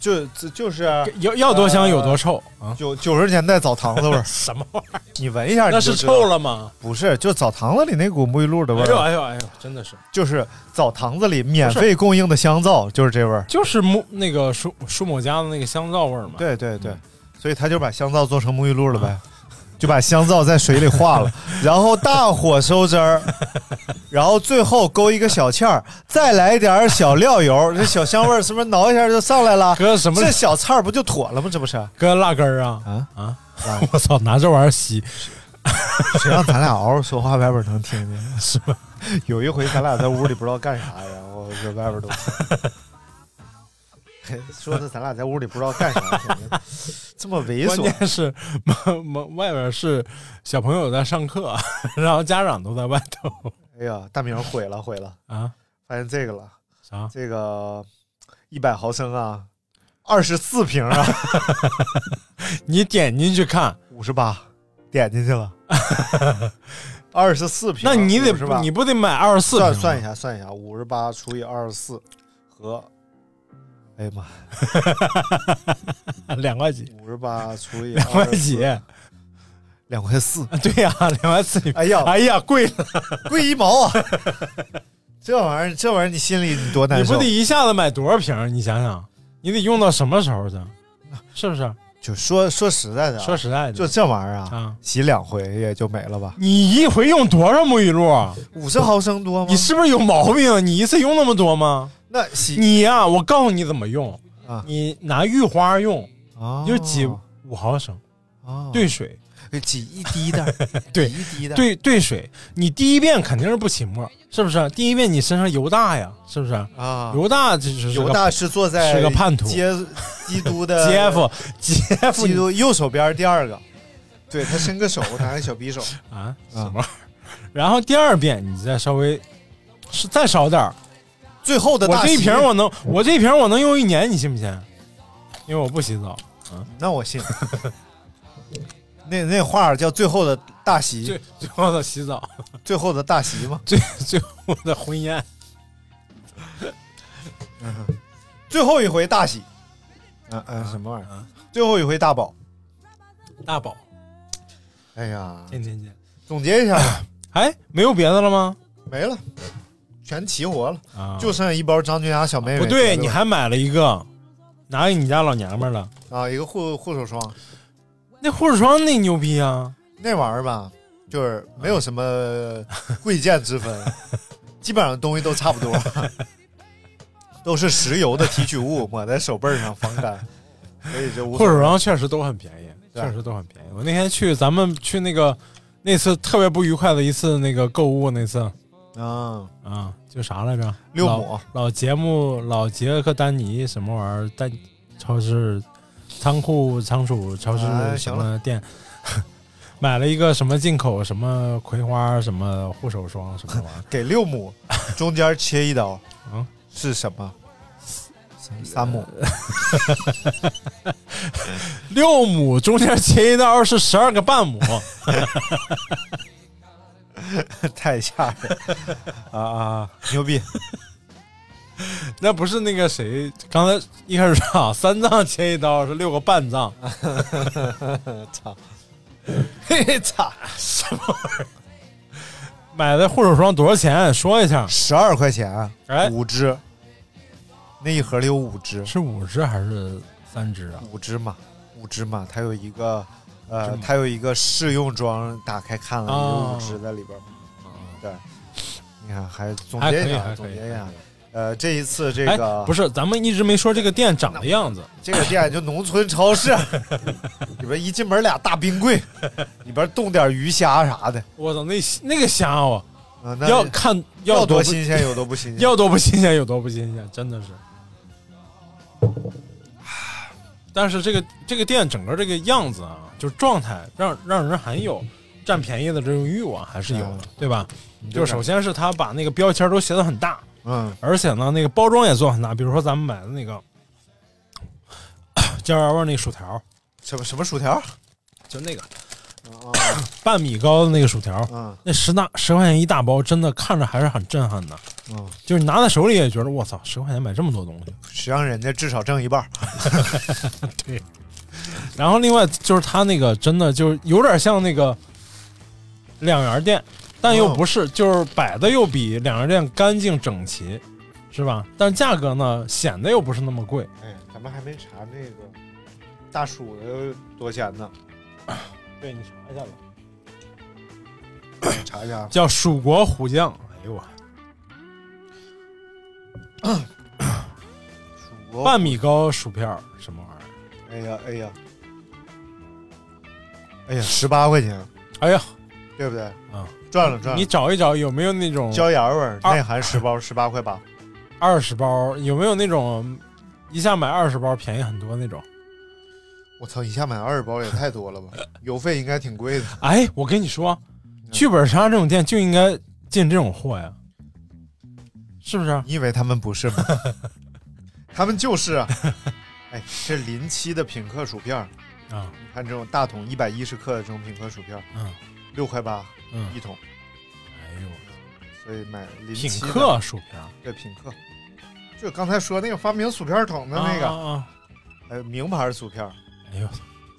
Speaker 6: 就就就是啊
Speaker 7: 要要多香有多臭啊！，
Speaker 6: 九九十年代澡堂子味儿
Speaker 7: 什么玩意儿？
Speaker 6: 你闻一下，
Speaker 7: 那是臭了？吗？
Speaker 6: 不是，就澡堂子里那股沐浴露的味
Speaker 7: 哎呦哎
Speaker 6: 儿，
Speaker 7: 呦哎呦，真的是，
Speaker 6: 就是澡堂子里免费供应的香皂，就是这味儿。
Speaker 7: 就是木那个舒舒某家的那个香皂味儿嘛。
Speaker 6: 对对对，所以他就把香皂做成沐浴露了呗， 就把香皂在水里化 了，然后大火收汁儿，然后最后勾一个小芡儿，再来一点儿小料油，这小香味儿是不是挠一下就上来了？
Speaker 7: 搁什么
Speaker 6: 这小菜儿不就妥了吗？这不是？
Speaker 7: 搁辣根儿啊啊啊！ 我操，拿这玩意儿吸，
Speaker 6: 谁让咱俩嗷嗷说话，外边能听见是吧？有一回咱俩在屋里不知道干啥，然后在外 边都嘿说的咱俩在屋里不知道干啥，听见这么猥
Speaker 7: 关
Speaker 6: 琐。
Speaker 7: 键是门门外边是小朋友在上课， 然后家长都在外头
Speaker 6: 哎呀，大明毁了毁了，
Speaker 7: 啊。
Speaker 6: 发现这个了，
Speaker 7: 啥？
Speaker 6: 这个一百毫升啊，二十四瓶啊，
Speaker 7: 你点进去看，
Speaker 6: 五十八，点进去了， 二十四瓶，
Speaker 7: 那你得
Speaker 6: 是吧？
Speaker 7: 你不得买二十四
Speaker 6: 算
Speaker 7: 瓶？
Speaker 6: 算一，下，算一下，五十八除以二十四和，哎呀妈呀！
Speaker 7: 两块几，
Speaker 6: 五十八除以
Speaker 7: 两块几，
Speaker 6: 24，两块四，
Speaker 7: 对呀、两块四。
Speaker 6: 哎呀
Speaker 7: 哎呀，贵了，
Speaker 6: 贵一毛啊！ 这玩意儿，这玩意儿，你心里你多
Speaker 7: 你
Speaker 6: 难
Speaker 7: 不
Speaker 6: 受
Speaker 7: 得？一下子买多少瓶儿？你想想，你得用到什么时候去？是不是？
Speaker 6: 就说说实在的啊，
Speaker 7: 说实在的，
Speaker 6: 啊就这玩意儿啊，
Speaker 7: 啊，
Speaker 6: 洗两回也就没了吧？
Speaker 7: 你一回用多少沐浴露啊？
Speaker 6: 五十毫升多吗？
Speaker 7: 你是不是有毛病？啊你一次用那么多吗？
Speaker 6: 那洗
Speaker 7: 你呀、我告诉你怎么用
Speaker 6: 啊
Speaker 7: 你拿浴花用，
Speaker 6: 啊
Speaker 7: 你就挤五毫升，
Speaker 6: 啊，
Speaker 7: 兑水，
Speaker 6: 对，挤一滴 的，
Speaker 7: 对
Speaker 6: 挤一滴的，，
Speaker 7: 兑兑水。你第一遍肯定是不起沫，是不是？第一遍你身上油大呀，是不是？
Speaker 6: 啊，
Speaker 7: 油大就是
Speaker 6: 犹大是坐在
Speaker 7: 是个叛 徒
Speaker 6: 接基督的
Speaker 7: 杰夫，杰夫
Speaker 6: 基督右手边第二 个，对他伸个手，拿个小匕首，
Speaker 7: 啊，什么玩意儿？然后第二遍你再稍微是再少点儿，
Speaker 6: 最后的
Speaker 7: 我
Speaker 6: 大
Speaker 7: 这一
Speaker 6: 洗
Speaker 7: 瓶我能，我这一瓶我能用一年，你信不信？因为我不洗澡，
Speaker 6: 那我信。 那那话叫最后的大喜，
Speaker 7: 最
Speaker 6: 最
Speaker 7: 最后的洗澡，
Speaker 6: 后的大喜嘛，
Speaker 7: 最最后的婚宴，
Speaker 6: 最后一回大喜。嗯、嗯、什么玩意儿？最后一回大宝。
Speaker 7: 大宝，
Speaker 6: 哎呀，
Speaker 7: 天天见。
Speaker 6: 总结一下 吧，
Speaker 7: 哎，没有别的了吗？
Speaker 6: 没了，全齐活了，
Speaker 7: 啊，
Speaker 6: 就剩一包张君雅小妹妹。
Speaker 7: 不对，
Speaker 6: 吧
Speaker 7: 你还买了一个，拿给你家老娘们儿了。
Speaker 6: 啊，一个护护手霜，
Speaker 7: 那护手霜那牛逼啊！
Speaker 6: 那玩意儿吧，就是没有什么贵贱之分， 基本上东西都差不多， 都是石油的提取物，抹在手背儿上防干， 所以就无
Speaker 7: 护
Speaker 6: 所谓
Speaker 7: 手霜确实都很便宜，
Speaker 6: 对
Speaker 7: 确实都很便宜。我那天去咱们去那个那次特别不愉快的一次那个购物那次
Speaker 6: 啊，
Speaker 7: 啊，就啥来着？
Speaker 6: 六
Speaker 7: 老
Speaker 6: 亩
Speaker 7: 老节目老杰克丹尼什么玩意儿？丹超市、仓库、仓储、超市
Speaker 6: 哎
Speaker 7: 什
Speaker 6: 行
Speaker 7: 么店， 买了一个什么进口什么葵花什么护手霜什么玩意儿
Speaker 6: 给六亩，中间切一刀，
Speaker 7: 嗯
Speaker 6: 是什么？三亩，
Speaker 7: 六亩中间切一刀是十二个半亩，
Speaker 6: 呃 太吓人了啊啊！牛逼！
Speaker 7: 那不是那个谁刚才一开始说啊，三藏切一刀是六个半藏，
Speaker 6: 操！嘿嘿，操！
Speaker 7: 买的护手霜多少钱？说一下，
Speaker 6: 十二块钱，啊
Speaker 7: 哎
Speaker 6: 五支，那一盒里有五支，
Speaker 7: 是五支还是三支啊？
Speaker 6: 五支嘛，五支嘛，它有一个呃
Speaker 7: 是吗，
Speaker 6: 它有一个试用装，打开看了
Speaker 7: 哦
Speaker 6: 有五支在里边儿。对，你看还总
Speaker 7: 啊还可
Speaker 6: 结
Speaker 7: 以
Speaker 6: 一下，
Speaker 7: 还可
Speaker 6: 总
Speaker 7: 以
Speaker 6: 结一下，呃，这一次这
Speaker 7: 哎
Speaker 6: 个、，
Speaker 7: 不是，咱们一直没说这个店长的样子。
Speaker 6: 这个店就农村超市，啊 里边一进门俩大冰 柜，里边冻点鱼虾啥的。
Speaker 7: 我操，那那个虾哦，
Speaker 6: 啊那
Speaker 7: 要看
Speaker 6: 要
Speaker 7: 多
Speaker 6: 多
Speaker 7: 不
Speaker 6: 新鲜有多 不新鲜，
Speaker 7: 要多不新鲜有多不新鲜，真的是。但是这个这个店整个这个样子啊，就是状态让让人很有占便宜的这种欲望，还是有的，对吧？就是首先是他把那个标签都写的很大，
Speaker 6: 嗯，
Speaker 7: 而且呢，那个包装也做很大，比如说咱们买的那个 焦味那个薯条，
Speaker 6: 什么什么薯条，
Speaker 7: 就那个 半米高的那个薯条，那十大十块钱一大包，真的看着还是很震撼的。
Speaker 6: 嗯，
Speaker 7: 就是拿在手里也觉得我操，十块钱买这么多东西。
Speaker 6: 实际上人家至少挣一半。
Speaker 7: 对，然后另外就是他那个真的就是有点像那个两元店，但又不是，就是摆的又比两元店干净整齐，是吧？但价格呢显得又不是那么贵。
Speaker 6: 哎，咱们还没查那个大薯的多钱呢，
Speaker 7: 对你查一下吧，
Speaker 6: 查一下。
Speaker 7: 叫蜀国虎将。哎呦我，半米高薯片儿什么玩意儿？
Speaker 6: 哎呀哎呀，哎呀，十八块钱，
Speaker 7: 哎呀，
Speaker 6: 对不对？
Speaker 7: 啊，
Speaker 6: 赚了赚了。
Speaker 7: 你找一找有没有那种
Speaker 6: 椒盐味儿
Speaker 7: 二
Speaker 6: 内含十包，十八块八。
Speaker 7: 二十包，有没有那种一下买二十包便宜很多那种？
Speaker 6: 我操，一下买二十包也太多了吧？邮费应该挺贵的。
Speaker 7: 哎，我跟你说，
Speaker 6: 嗯
Speaker 7: 剧本杀这种店就应该进这种货呀，是不是？
Speaker 6: 你以为他们不是吗？ 他们就是啊。哎，这临期的品客薯片儿
Speaker 7: 啊，
Speaker 6: 你看这种大桶一百一十克的这种品客薯片儿，
Speaker 7: 嗯，
Speaker 6: 六块八，
Speaker 7: 嗯
Speaker 6: 一桶。
Speaker 7: 哎呦，
Speaker 6: 所以买临期
Speaker 7: 品
Speaker 6: 的
Speaker 7: 客薯片儿
Speaker 6: 对品客，就刚才说那个发明薯片桶的那个，
Speaker 7: 啊啊啊
Speaker 6: 还有名牌薯片儿，
Speaker 7: 哎呦，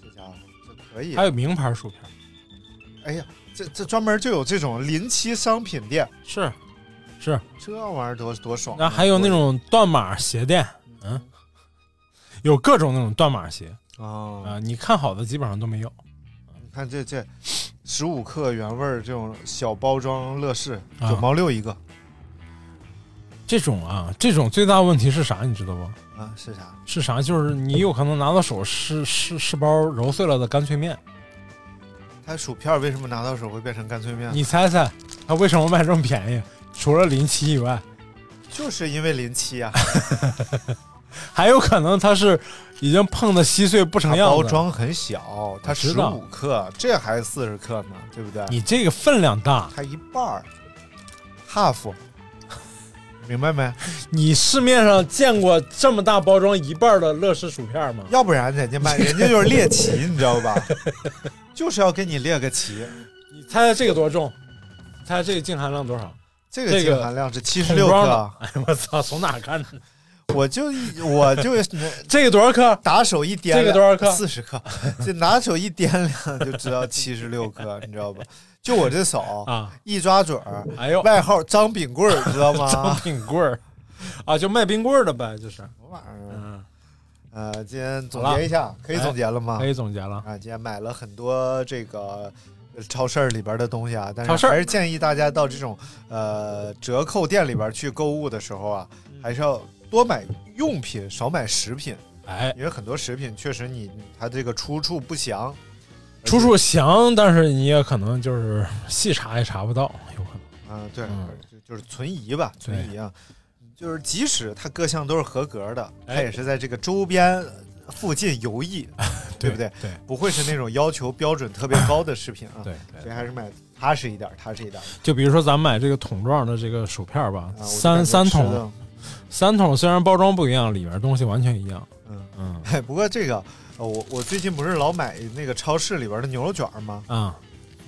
Speaker 6: 这家伙这可以。
Speaker 7: 还有名牌薯片儿，
Speaker 6: 哎呀，这这专门就有这种临期商品店，
Speaker 7: 是是，
Speaker 6: 这玩意儿多多爽啊。
Speaker 7: 那还有那种断码鞋店，嗯，有各种那种断码鞋
Speaker 6: 啊、
Speaker 7: 你看好的基本上都没有
Speaker 6: 你看这这十五克原味儿这种小包装乐事，
Speaker 7: 啊
Speaker 6: 九毛六一个
Speaker 7: 这种啊，这种最大问题是啥？你知道不？
Speaker 6: 啊，是啥？
Speaker 7: 是啥？就是你有可能拿到手是是是包揉碎了的干脆面，
Speaker 6: 它薯片为什么拿到手会变成干脆面？
Speaker 7: 你猜猜它为什么卖这么便宜？除了临期以外，
Speaker 6: 就是因为临期啊，
Speaker 7: 还有可能它是已经碰的稀碎不
Speaker 6: 它
Speaker 7: 成样
Speaker 6: 包
Speaker 7: 子。
Speaker 6: 装很小，它
Speaker 7: 我知
Speaker 6: 十
Speaker 7: 道
Speaker 6: 五克，这还四十克呢，对不对？
Speaker 7: 你这个分量大，
Speaker 6: 它一半儿，half，明白没？
Speaker 7: 你市面上见过这么大包装一半的乐事薯片吗？
Speaker 6: 要不然人 家卖，人家就是猎奇，你知道吧？就是要给你猎个奇。
Speaker 7: 你猜猜这个多重？猜猜这个净含量多少？
Speaker 6: 这个
Speaker 7: 这个
Speaker 6: 净含量是七十六
Speaker 7: 桶装
Speaker 6: 克啊
Speaker 7: 的，哎我操，从哪看的？
Speaker 6: 我就我就
Speaker 7: 这个多少克？
Speaker 6: 打手一掂量，
Speaker 7: 这个多少克
Speaker 6: 四十克，这拿手一掂量就知道七十六克，你知道吧？就我这手
Speaker 7: 啊，
Speaker 6: 一抓准儿，
Speaker 7: 哎呦，
Speaker 6: 外号张饼棍儿，知道
Speaker 7: 当
Speaker 6: 吗？
Speaker 7: 冰棍儿啊，就卖冰棍儿的呗，就是。
Speaker 6: 什么玩意儿？啊
Speaker 7: 嗯，
Speaker 6: 呃，今天总
Speaker 7: 好了
Speaker 6: 结一下，可以
Speaker 7: 哎
Speaker 6: 总结了吗？
Speaker 7: 可以总结了。
Speaker 6: 啊，今天买了很多这个呃超市儿里边儿的东西啊，但
Speaker 7: 超市
Speaker 6: 是
Speaker 7: 儿
Speaker 6: 还是建议大家到这种呃折扣店里边儿去购物的时候啊，
Speaker 7: 嗯
Speaker 6: 还是要多买用品，少买食品，
Speaker 7: 哎，
Speaker 6: 因为很多食品确实你你它这个出处不详，
Speaker 7: 出处详，但是你也可能就是细查也查不到，有可能。
Speaker 6: 啊、对，
Speaker 7: 嗯
Speaker 6: 就就是存疑吧，
Speaker 7: 对
Speaker 6: 存疑啊，就是即使它各项都是合格的，它
Speaker 7: 哎
Speaker 6: 也是在这个周边附近游弋，对不对？
Speaker 7: 对
Speaker 6: 不会是那种要求标准特别高的食品啊，
Speaker 7: 对
Speaker 6: 所
Speaker 7: 对，
Speaker 6: 以还是买踏实一点儿，踏实一点儿。
Speaker 7: 就比如说咱买这个桶状的这个薯片儿吧，
Speaker 6: 啊我就感
Speaker 7: 三
Speaker 6: 觉
Speaker 7: 三
Speaker 6: 吃
Speaker 7: 桶
Speaker 6: 的
Speaker 7: 三桶虽然包装不一样，里面东西完全一样。
Speaker 6: 嗯
Speaker 7: 嗯
Speaker 6: 哎，不过这个，呃我我最近不是老买那个超市里边的牛肉卷儿吗？
Speaker 7: 啊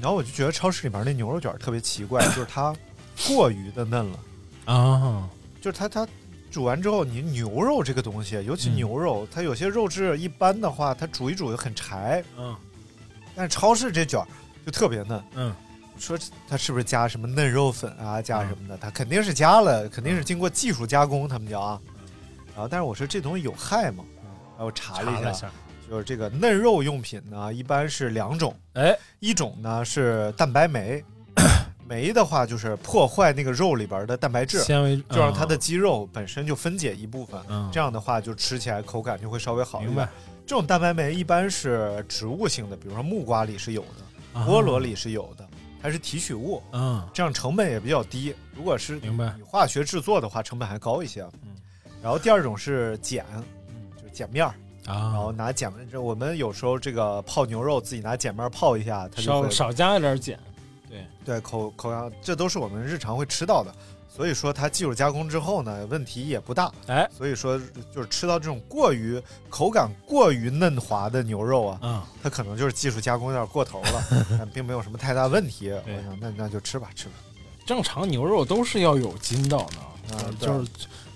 Speaker 6: 然后我就觉得超市里边那牛肉卷儿特别奇怪，就是它过于的嫩了，
Speaker 7: 啊，
Speaker 6: 就是它它煮完之后，你牛肉这个东西，尤其
Speaker 7: 嗯
Speaker 6: 牛肉，它有些肉质一般的话，它煮一煮就很柴，
Speaker 7: 嗯
Speaker 6: 但是超市这卷儿就特别嫩。
Speaker 7: 嗯，
Speaker 6: 说它是不是加什么嫩肉粉啊，加什么的？它肯定是加了，肯
Speaker 7: 嗯
Speaker 6: 定是经过技术加工，他们叫啊。然后，但是我说这东西有害吗？嗯然后我查了
Speaker 7: 查
Speaker 6: 一下啊
Speaker 7: 了一，下，
Speaker 6: 就是这个嫩肉用品呢，一般是两种，
Speaker 7: 哎，
Speaker 6: 一种呢是蛋白酶， 酶的话，就是破坏那个肉里边的蛋白质
Speaker 7: 纤维
Speaker 6: 就让它的
Speaker 7: 嗯
Speaker 6: 肌肉本身就分解一部分，这样的话就吃起来口感就会稍微好一点。
Speaker 7: 明白
Speaker 6: 这种蛋白酶一般是植物性的，比如说木瓜里是有的，
Speaker 7: 啊
Speaker 6: 菠萝里是有的，它是提取物，
Speaker 7: 嗯，
Speaker 6: 这样成本也比较低。如果是
Speaker 7: 明白
Speaker 6: 你化学制作的话，成本还高一些。嗯，然后第二种是碱，就是碱面儿。
Speaker 7: 嗯啊，
Speaker 6: 然后拿碱，这我们有时候这个泡牛肉自己拿碱面儿泡一下，它就
Speaker 7: 少
Speaker 6: 会
Speaker 7: 少加一点碱，对，
Speaker 6: 对口口感，这都是我们日常会吃到的。所以说它技术加工之后呢，问题也不大。
Speaker 7: 哎，
Speaker 6: 所以说就是吃到这种过于口感过于嫩滑的牛肉啊，
Speaker 7: 嗯，
Speaker 6: 它可能就是技术加工有点过头了，但并没有什么太大问 题。我想那那就吃吧，吃吧。
Speaker 7: 正常牛肉都是要有筋道的，呃
Speaker 6: 啊对
Speaker 7: 就是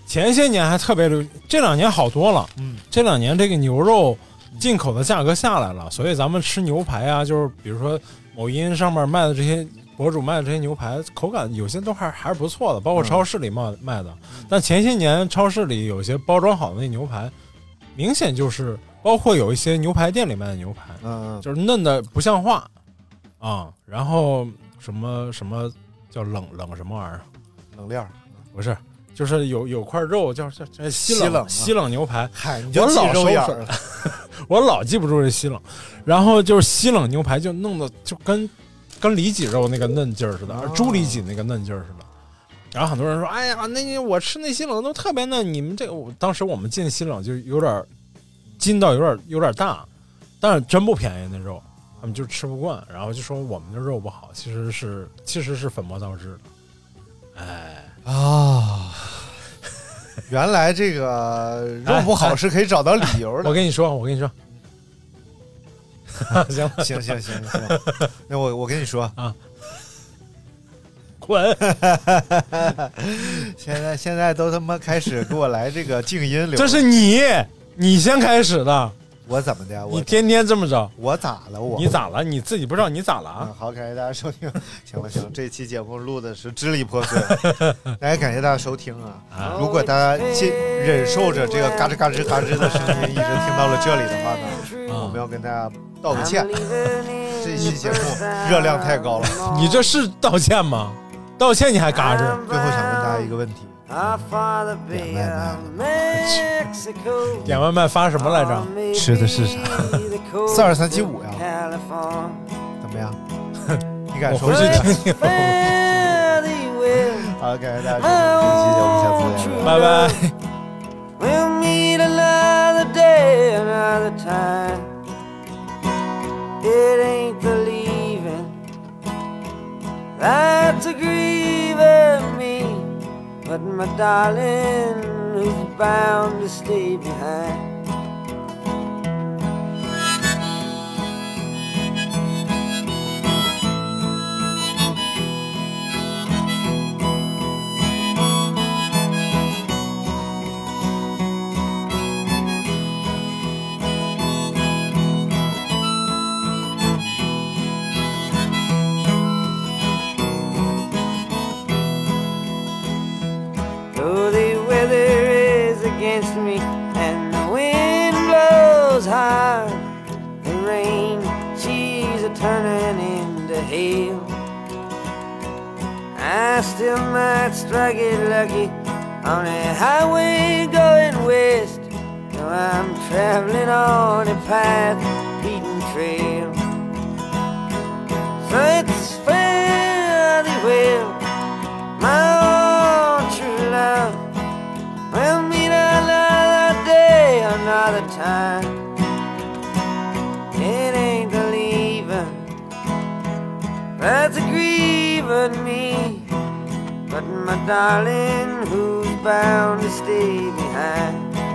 Speaker 7: 前些年还特别流，这两年好多了。
Speaker 6: 嗯，
Speaker 7: 这两年这个牛肉进口的价格下来了，所以咱们吃牛排啊，就是比如说某音上面卖的这些博主卖的这些牛排，口感有些都还还是不错的，包
Speaker 6: 嗯
Speaker 7: 括超市里卖卖的。但前些年超市里有些包装好的那牛排，明显就是包括有一些牛排店里卖的牛排，
Speaker 6: 嗯，
Speaker 7: 就是嫩的不像话啊、然后什么什么叫冷冷什么玩意儿？
Speaker 6: 冷链儿
Speaker 7: 不是，就是有有块肉叫叫叫西
Speaker 6: 西冷啊
Speaker 7: 冷西冷牛排。
Speaker 6: 嗨，你
Speaker 7: 我
Speaker 6: 就记
Speaker 7: 老
Speaker 6: 肉
Speaker 7: 收
Speaker 6: 眼
Speaker 7: 手
Speaker 6: 儿了。
Speaker 7: 我老记不住这西冷，然后就是西冷牛排就弄得就跟跟里脊肉那个嫩劲儿似的，
Speaker 6: 哦
Speaker 7: 而猪里脊那个嫩劲儿似的。然后很多人说：“哎呀，那我吃那西冷都特别嫩，你们这个……我当时我们进西冷就有点儿筋道有点儿有点儿大，但是真不便宜那肉，他们就吃不惯，然后就说我们的肉不好，其实是其实是粉末倒置的。哎，
Speaker 6: 啊， 原来这个
Speaker 7: 哎
Speaker 6: 肉不好是可以找到理由 的。
Speaker 7: 我跟你说，我跟你说，行 了
Speaker 6: 行行行行，那我我跟你说
Speaker 7: 啊，滚！
Speaker 6: 哎现在现在都他妈开始给我来这个静音流，
Speaker 7: 这是你，你先开始的，
Speaker 6: 我怎么的？
Speaker 7: 你
Speaker 6: 我
Speaker 7: 天天这么着，
Speaker 6: 我咋了？我
Speaker 7: 你咋了？你自己不知道你咋了
Speaker 6: 嗯
Speaker 7: 啊？
Speaker 6: 好，感谢大家收听。行了行了，这期节目录的是支离破碎，大家感谢大家收听啊！如果大家接忍受着这个嘎吱嘎吱嘎吱的声音一直听到了这里的话
Speaker 7: 嗯
Speaker 6: 呢，我们要跟大家道个歉，这期节目热量太高了。
Speaker 7: 你这是道歉吗？道歉你还嘎吱？
Speaker 6: 最后想问大家一个问题：点外卖了吗？
Speaker 7: 点外卖发什么来着？
Speaker 6: 吃的是啥？四二三七五呀？ 怎么样？你敢说
Speaker 7: 我回去听
Speaker 6: 听。好，感谢大家收听这期节目，下次再见。
Speaker 7: 拜拜。
Speaker 10: We'll meet another day, another time. It ain't believing that's a grieving me, but my darling is bound to stay behind. Though the weather is against me and the wind blows hard, the rain, she's a turning into hail. I still might strike it lucky on a highway going west. Though I'm traveling on a path beaten trail. So it's fairly well my own true love. We'll meet another day, another time. It ain't the leaving that's a grieving me, but my darling, who's bound to stay behind?